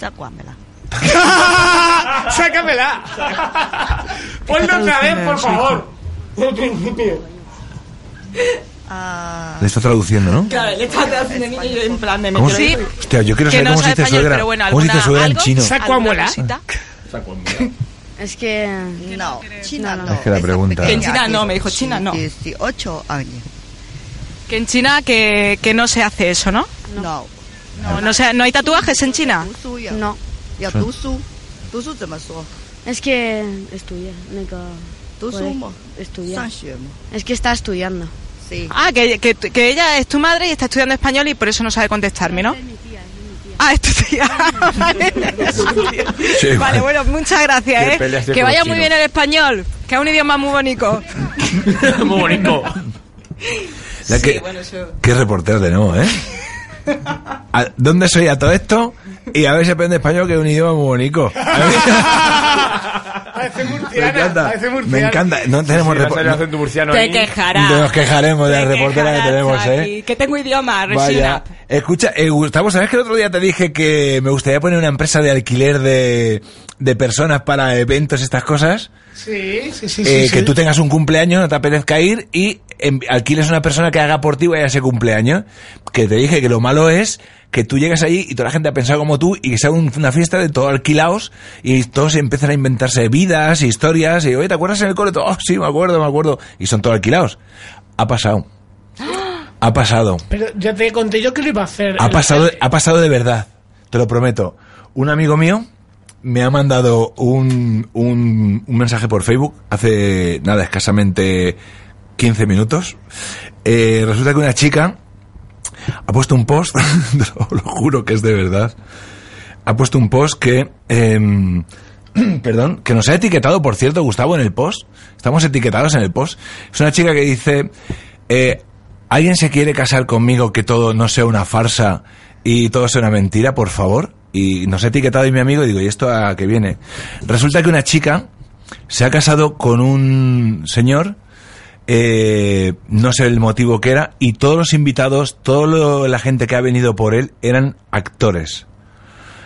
Speaker 9: Tatuámela.
Speaker 6: Ah, ¡Sácamela! Ponlo otra vez, por favor. Del principio.
Speaker 5: Le está traduciendo, ¿no?
Speaker 7: Claro, le está haciendo niño y yo en plan de me
Speaker 5: ¿Cómo
Speaker 7: quiero
Speaker 5: se-
Speaker 7: ir.
Speaker 5: Hostia, yo quiero
Speaker 7: Que
Speaker 5: saber
Speaker 7: no
Speaker 5: cómo se
Speaker 7: sabe
Speaker 5: dice
Speaker 7: español,
Speaker 5: suegra.
Speaker 7: pero bueno,
Speaker 5: ¿Cómo se dice
Speaker 7: alguna-
Speaker 5: suegra en
Speaker 7: algo,
Speaker 5: chino? Ah.
Speaker 7: alguna cosita.
Speaker 13: Es que no, China no.
Speaker 5: Es que la pregunta.
Speaker 7: Que en China no, me dijo China no.
Speaker 13: 18 años.
Speaker 9: Que en China que, que no se hace eso, ¿no?
Speaker 13: No.
Speaker 9: No, no, se- no hay tatuajes en China.
Speaker 13: No. Ya
Speaker 9: Sí.
Speaker 13: tú su. Tú su te pasó.
Speaker 14: Es que estudia, no que-
Speaker 13: Tú
Speaker 14: puede
Speaker 13: sumo.
Speaker 14: Estudiar.
Speaker 13: Sánchez.
Speaker 14: Es que está estudiando.
Speaker 13: Sí.
Speaker 9: Ah, que, que- que ella es tu madre y está estudiando español y por eso no sabe contestarme, ¿no? Ah, es tu tía. Vale.
Speaker 5: Sí,
Speaker 9: Vale,
Speaker 5: vale.
Speaker 9: bueno, muchas gracias,
Speaker 5: Qué
Speaker 9: ¿eh?
Speaker 5: peleas de
Speaker 9: Que vaya muy
Speaker 5: cochino.
Speaker 9: bien el español, que es un idioma muy bonito.
Speaker 8: Muy bonito.
Speaker 5: La que- Qué reportero tenemos, ¿eh? ¿A ¿Dónde soy a todo esto? Y a ver si aprende español, que es un idioma muy bonito.
Speaker 6: Parece
Speaker 5: Me
Speaker 6: murciana.
Speaker 5: encanta.
Speaker 6: parece murciana.
Speaker 5: Me encanta. No tenemos
Speaker 8: va a salir
Speaker 5: reportero.
Speaker 8: acento murciano
Speaker 7: Te quejarás.
Speaker 5: Nos quejaremos de
Speaker 7: Te
Speaker 5: la reportera que
Speaker 7: quejarás
Speaker 5: tenemos,
Speaker 7: aquí.
Speaker 5: ¿eh?
Speaker 7: Que tengo idioma,
Speaker 5: Vaya.
Speaker 7: Resina.
Speaker 5: Escucha, eh, Gustavo, ¿sabes que el otro día te dije que me gustaría poner una empresa de alquiler de, de personas para eventos, estas cosas?
Speaker 6: Sí, sí, sí.
Speaker 5: Eh,
Speaker 6: sí,
Speaker 5: que
Speaker 6: sí.
Speaker 5: tú tengas un cumpleaños, no te apetezca ir y em, alquiles una persona que haga por ti vaya a ese cumpleaños. Que te dije que lo malo es que tú llegas allí y toda la gente ha pensado como tú y que sea un- una fiesta de todos alquilados y todos empiezan a inventarse vidas, historias y oye, ¿te acuerdas en el cole? Todo, "Oh, sí, me acuerdo, me acuerdo. Y son todos alquilados. Ha pasado. Ha pasado.
Speaker 6: Pero ya te conté yo que lo iba a hacer.
Speaker 5: Ha
Speaker 6: El-
Speaker 5: pasado, ha pasado de verdad, te lo prometo. Un amigo mío me ha mandado un, un, un mensaje por Facebook hace nada, escasamente 15 minutos. Eh, resulta que una chica ha puesto un post, lo, lo juro que es de verdad, ha puesto un post que... em, perdón, que nos ha etiquetado, por cierto, Gustavo, en el post. Estamos etiquetados en el post. Es una chica que dice, eh, ¿alguien se quiere casar conmigo que todo no sea una farsa y todo sea una mentira, por favor? Y nos ha etiquetado y mi amigo y digo, ¿y esto a qué viene? Resulta que una chica se ha casado con un señor, eh, no sé el motivo que era, y todos los invitados, toda la gente que ha venido por él eran actores.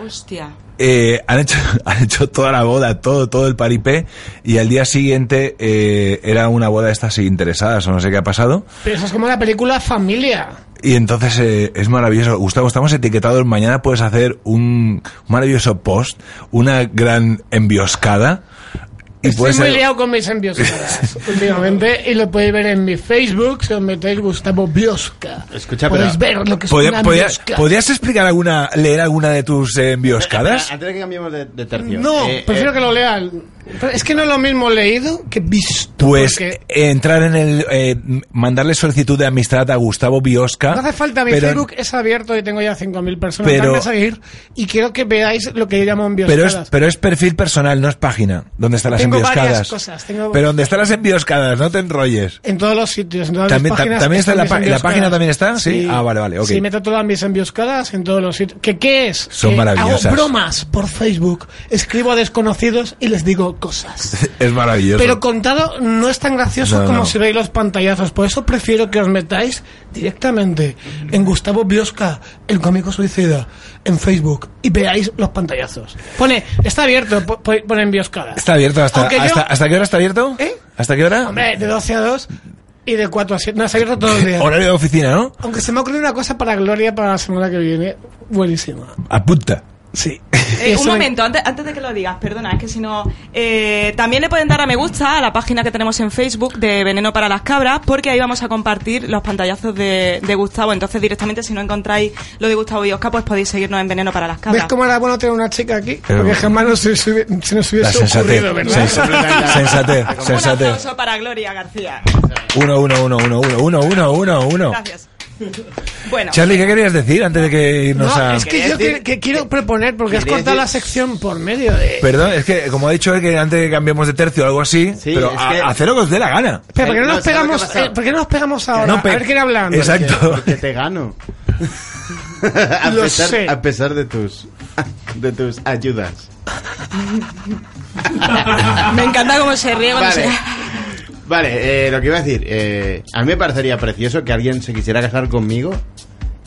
Speaker 7: Hostia.
Speaker 5: Eh, han, hecho, han hecho toda la boda, todo, todo el paripé, y al día siguiente eh, era una boda de estas interesadas o no sé qué ha pasado.
Speaker 6: Pero eso es como la película Familia.
Speaker 5: Y entonces eh, es maravilloso. Gustavo, estamos etiquetados. Mañana puedes hacer un maravilloso post, una gran embioscada Y
Speaker 6: Estoy
Speaker 5: puede
Speaker 6: muy
Speaker 5: ser-
Speaker 6: liado con mis envioscadas últimamente y lo podéis ver en mi Facebook si os metéis Gustavo Biosca.
Speaker 1: Escucha,
Speaker 6: podéis
Speaker 5: pero-
Speaker 6: ver lo que es
Speaker 5: ¿Podía-
Speaker 6: una
Speaker 5: podía-
Speaker 6: biosca.
Speaker 5: ¿Podrías explicar alguna, leer alguna de tus eh,
Speaker 1: Espera,
Speaker 5: emboscadas?
Speaker 1: Antes de que cambiemos de, de tercio.
Speaker 6: No,
Speaker 1: eh,
Speaker 6: prefiero
Speaker 1: eh,
Speaker 6: que lo lea. Pero Es que no es lo mismo leído que visto.
Speaker 5: Pues
Speaker 6: porque-
Speaker 5: entrar en el. eh, mandarle solicitud de amistad a Gustavo Biosca.
Speaker 6: No hace falta, mi
Speaker 5: Ah, pero-
Speaker 6: Facebook es abierto y tengo ya 5.000 personas
Speaker 5: Pero-
Speaker 6: para seguir y quiero que veáis lo que yo llamo
Speaker 5: Pero es,
Speaker 6: envioscadas.
Speaker 5: pero es perfil personal, no es página donde están las
Speaker 6: tengo
Speaker 5: embioscadas.
Speaker 6: varias cosas. Tengo
Speaker 5: Pero donde están las embioscadas, no te enrolles.
Speaker 6: En todos los sitios. En todas
Speaker 5: También-
Speaker 6: mis
Speaker 5: ta-
Speaker 6: páginas
Speaker 5: también está en la
Speaker 6: están
Speaker 5: pa-
Speaker 6: mis
Speaker 5: en la página
Speaker 6: emboscadas.
Speaker 5: también están, sí. Ah, vale, vale, ok.
Speaker 6: Sí, meto todas mis emboscadas en todos los sitios. ¿Qué, qué es?
Speaker 5: Son
Speaker 6: Eh,
Speaker 5: maravillosas.
Speaker 6: Hago bromas por Facebook, escribo a desconocidos y les digo cosas.
Speaker 5: Es maravilloso.
Speaker 6: Pero contado no es tan gracioso
Speaker 5: No,
Speaker 6: como
Speaker 5: no.
Speaker 6: si veis los pantallazos. Por eso prefiero que os metáis directamente en Gustavo Biosca, el cómico suicida, en Facebook y veáis los pantallazos. Pone, está abierto, po- po- pone en Biosca.
Speaker 5: Está abierto hasta.
Speaker 6: Aunque yo- ¿Eh?
Speaker 5: Hasta, ¿Hasta qué hora está abierto? ¿Hasta qué hora?
Speaker 6: Hombre, de 12 a 2 y de 4 a 7. No, está abierto todo el día.
Speaker 5: Horario de oficina, ¿no?
Speaker 6: Aunque se me ha ocurrido una cosa para Gloria para la semana que viene. Buenísima.
Speaker 5: Apunta.
Speaker 6: Sí.
Speaker 7: Eh,
Speaker 6: Eso
Speaker 7: un
Speaker 6: me-
Speaker 7: momento, antes, antes de que lo digas, perdona, es que si no. eh, también le pueden dar a me gusta a la página que tenemos en Facebook de Veneno para las Cabras, porque ahí vamos a compartir los pantallazos de, de Gustavo. Entonces, directamente, si no encontráis lo de Gustavo y Oscar, pues podéis seguirnos en Veneno para las
Speaker 6: ¿Ves
Speaker 7: Cabras.
Speaker 6: cómo era bueno tener una chica aquí?
Speaker 5: Pero-
Speaker 6: Porque jamás nos hubiese- se nos
Speaker 5: La
Speaker 6: hubiese
Speaker 5: sensatez.
Speaker 6: ocurrido, ¿verdad?
Speaker 5: Sens- Sensatez, sensatez.
Speaker 7: Eso para Gloria García.
Speaker 5: Uno, uno, uno, uno, uno, uno, uno, uno, uno.
Speaker 7: Gracias. Bueno.
Speaker 5: Charlie, ¿qué querías decir antes de que
Speaker 6: No,
Speaker 5: irnos a.?
Speaker 6: es que yo que, que quiero proponer, porque has
Speaker 1: Quería
Speaker 6: cortado
Speaker 1: decir-
Speaker 6: la sección por medio de...
Speaker 5: Perdón, es que como ha dicho él que antes de que cambiemos de tercio o algo así, pero
Speaker 1: es
Speaker 5: a-
Speaker 1: que-
Speaker 5: hacer lo que os dé la gana.
Speaker 6: Espera, ¿por qué no,
Speaker 1: No,
Speaker 6: nos
Speaker 1: ¿sabes lo que
Speaker 6: pegamos,
Speaker 1: ha pasado?
Speaker 6: eh, ¿por qué no nos pegamos ahora?
Speaker 5: No, pe-
Speaker 6: a ver quién habla.
Speaker 5: Exacto.
Speaker 1: Porque te gano. a,
Speaker 6: Lo
Speaker 1: pesar,
Speaker 6: sé.
Speaker 1: a pesar de tus de tus ayudas.
Speaker 7: Me encanta cómo se ríe cuando
Speaker 1: Vale.
Speaker 7: se-
Speaker 1: Vale, eh, lo que iba a decir, eh, a mí me parecería precioso que alguien se quisiera casar conmigo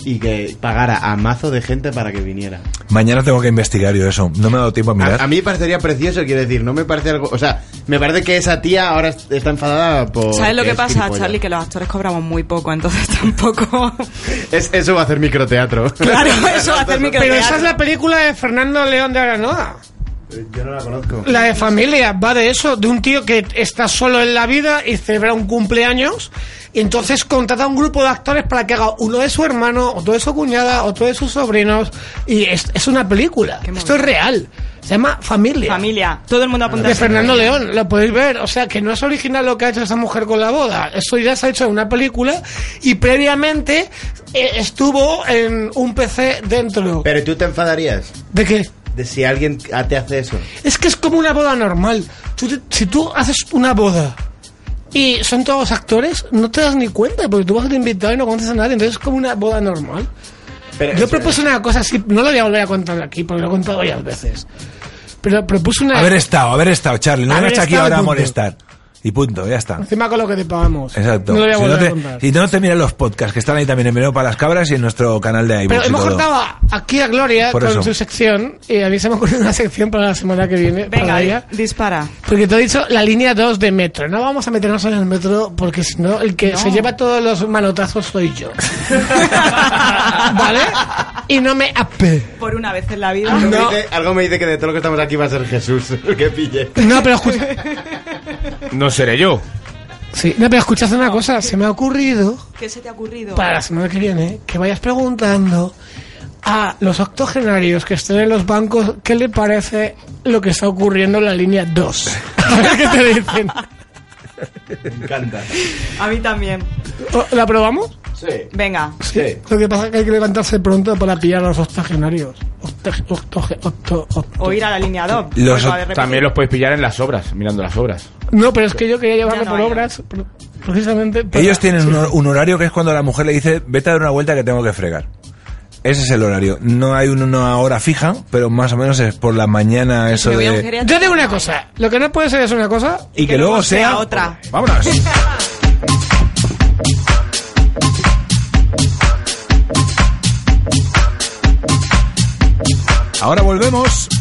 Speaker 1: y que pagara a mazo de gente para que viniera.
Speaker 5: Mañana tengo que investigar yo eso. No me ha dado tiempo a mirar.
Speaker 1: A, a mí me parecería precioso, quiero decir, no me parece algo... O sea, me parece que esa tía ahora es- está enfadada por...
Speaker 7: ¿Sabes lo que
Speaker 1: es
Speaker 7: pasa,
Speaker 1: Oh, gilipollas.
Speaker 7: Charlie? Que los actores cobramos muy poco, entonces tampoco.
Speaker 1: Es- eso va a hacer microteatro.
Speaker 7: Claro, eso va a
Speaker 6: Pero
Speaker 7: hacer
Speaker 6: esa es
Speaker 7: microteatro.
Speaker 6: la película de Fernando León de Aranoa.
Speaker 1: Yo no la conozco.
Speaker 6: La de familia va de eso, de un tío que está solo en la vida y celebra un cumpleaños y entonces contrata a un grupo de actores para que haga uno de su hermano, otro de su cuñada, otro de sus sobrinos y es, es una película. Esto es real. Se llama Familia.
Speaker 7: Familia. Todo el mundo apunta.
Speaker 6: De Fernando León, lo podéis ver. O sea, que no es original lo que ha hecho esa mujer con la boda. Esto ya se ha hecho en una película y previamente eh, estuvo en un PC dentro.
Speaker 1: Pero tú te enfadarías
Speaker 6: ¿De qué?
Speaker 1: de si alguien a- te hace eso.
Speaker 6: Es que es como una boda normal. Tú te- si tú haces una boda y son todos actores, no te das ni cuenta porque tú vas de invitado y no conoces a nadie. Entonces es como una boda normal.
Speaker 1: Pero
Speaker 6: Yo
Speaker 1: eso-
Speaker 6: propuse una cosa así, no lo voy a volver a contar aquí porque lo he contado varias veces. Pero propuse una.
Speaker 5: Haber estado, haber estado, Charlie. No
Speaker 6: Haber
Speaker 5: vengas aquí
Speaker 6: estado,
Speaker 5: ahora a
Speaker 6: punto.
Speaker 5: molestar. Y punto, ya está.
Speaker 6: Encima con lo que te pagamos.
Speaker 5: Exacto.
Speaker 6: No lo voy a
Speaker 5: si,
Speaker 6: volver
Speaker 5: no
Speaker 6: a
Speaker 5: te,
Speaker 6: contar.
Speaker 5: si no te miran los podcasts que están ahí también en Veneno para las Cabras y en nuestro canal de iVoox
Speaker 6: Pero
Speaker 5: y
Speaker 6: hemos
Speaker 5: todo.
Speaker 6: cortado a- aquí a Gloria
Speaker 5: Por
Speaker 6: con
Speaker 5: eso.
Speaker 6: su sección y a mí se me ocurre una sección para la semana que viene. para ella.
Speaker 7: Venga, dispara.
Speaker 6: Porque te he dicho la línea 2 de metro. No vamos a meternos en el metro porque si no, el que
Speaker 7: No.
Speaker 6: se lleva todos los manotazos soy yo. ¿Vale? Y no me ape.
Speaker 7: Por una vez en la vida.
Speaker 1: Algo, me dice, algo me dice que de todo lo que estamos aquí va a ser Jesús. el que pille.
Speaker 6: No, pero escucha,
Speaker 8: No seré yo.
Speaker 6: sí, no, pero escuchad una cosa. Se me ha ocurrido
Speaker 7: ¿Qué se te ha ocurrido?
Speaker 6: para la semana que viene que vayas preguntando a los octogenarios que estén en los bancos qué le parece lo que está ocurriendo en la línea 2. A ver qué te dicen.
Speaker 1: Me encanta.
Speaker 7: A mí también.
Speaker 6: ¿O- ¿La probamos?
Speaker 1: Sí.
Speaker 7: Venga.
Speaker 1: Sí.
Speaker 6: Lo que pasa es que hay que levantarse pronto para pillar a los octogenarios. Octo- octo- octo- octo-
Speaker 7: O ir a la línea Pues 2.
Speaker 8: Los,
Speaker 7: Vuelvo a repetir.
Speaker 8: también los podéis pillar en las obras, mirando las obras.
Speaker 6: No, pero es que yo quería llevarlo
Speaker 7: Ya no
Speaker 6: por
Speaker 7: hay.
Speaker 6: obras, pr- precisamente. para-
Speaker 5: Ellos tienen un, hor- un horario que es cuando la mujer le dice, vete a dar una vuelta que tengo que fregar. Ese es el horario. No hay un- una hora fija, pero más o menos es por la mañana eso
Speaker 7: Me voy a un
Speaker 5: de...
Speaker 7: geriatra-
Speaker 6: Yo digo una cosa. Lo que no puede ser es una cosa.
Speaker 5: Y que, luego sea...
Speaker 7: otra.
Speaker 5: Vámonos. Ahora volvemos.